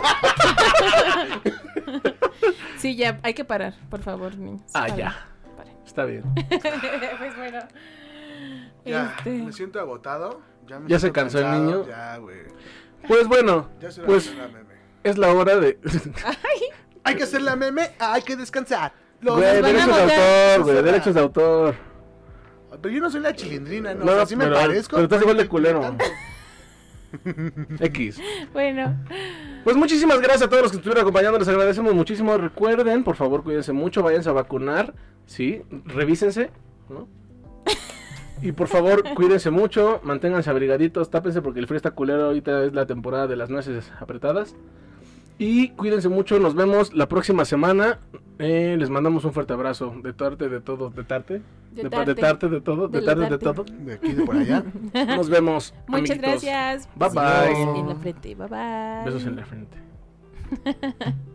Sí, ya, hay que parar, por favor, niños.
Ah,
Paren,
ya.
paren.
Está bien.
(laughs) pues bueno.
Ya,
Este,
me siento agotado. Ya, me
¿Ya se
siento
cansó el
cansado,
niño?
Ya, güey.
Pues bueno,
Ya será
pues
la meme.
es la hora de.
Hay que hacer la meme, hay que descansar.
(laughs)
Lo-
Güey,
van a
derechos de
matar.
autor, güey,
Susana.
derechos de autor.
Pero yo no soy la chilindrina, ¿no?
No,
o sea, sí me
pero-
parezco.
pero estás igual de culero.
tanto.
(laughs) X.
bueno,
Pues muchísimas gracias a todos los que estuvieron acompañando, les agradecemos muchísimo. Recuerden, por favor, cuídense mucho, váyanse a vacunar, sí, revísense, ¿no? Y por
(laughs)
favor, cuídense mucho, manténganse abrigaditos, tápense porque el frío está culero, ahorita es la temporada de las nueces apretadas. Y cuídense mucho, nos vemos la próxima semana. Eh, les mandamos un fuerte abrazo de parte de todo, de tarte,
de
de, pa-
tarde.
de tarte, de todo, de,
De
tarde, de
latarte.
todo.
De aquí, de por
(laughs)
allá.
(laughs)
Nos vemos.
Muchas
amiguitos.
gracias.
Bye, bye.
Besitos En la frente, bye bye.
Besos en la frente.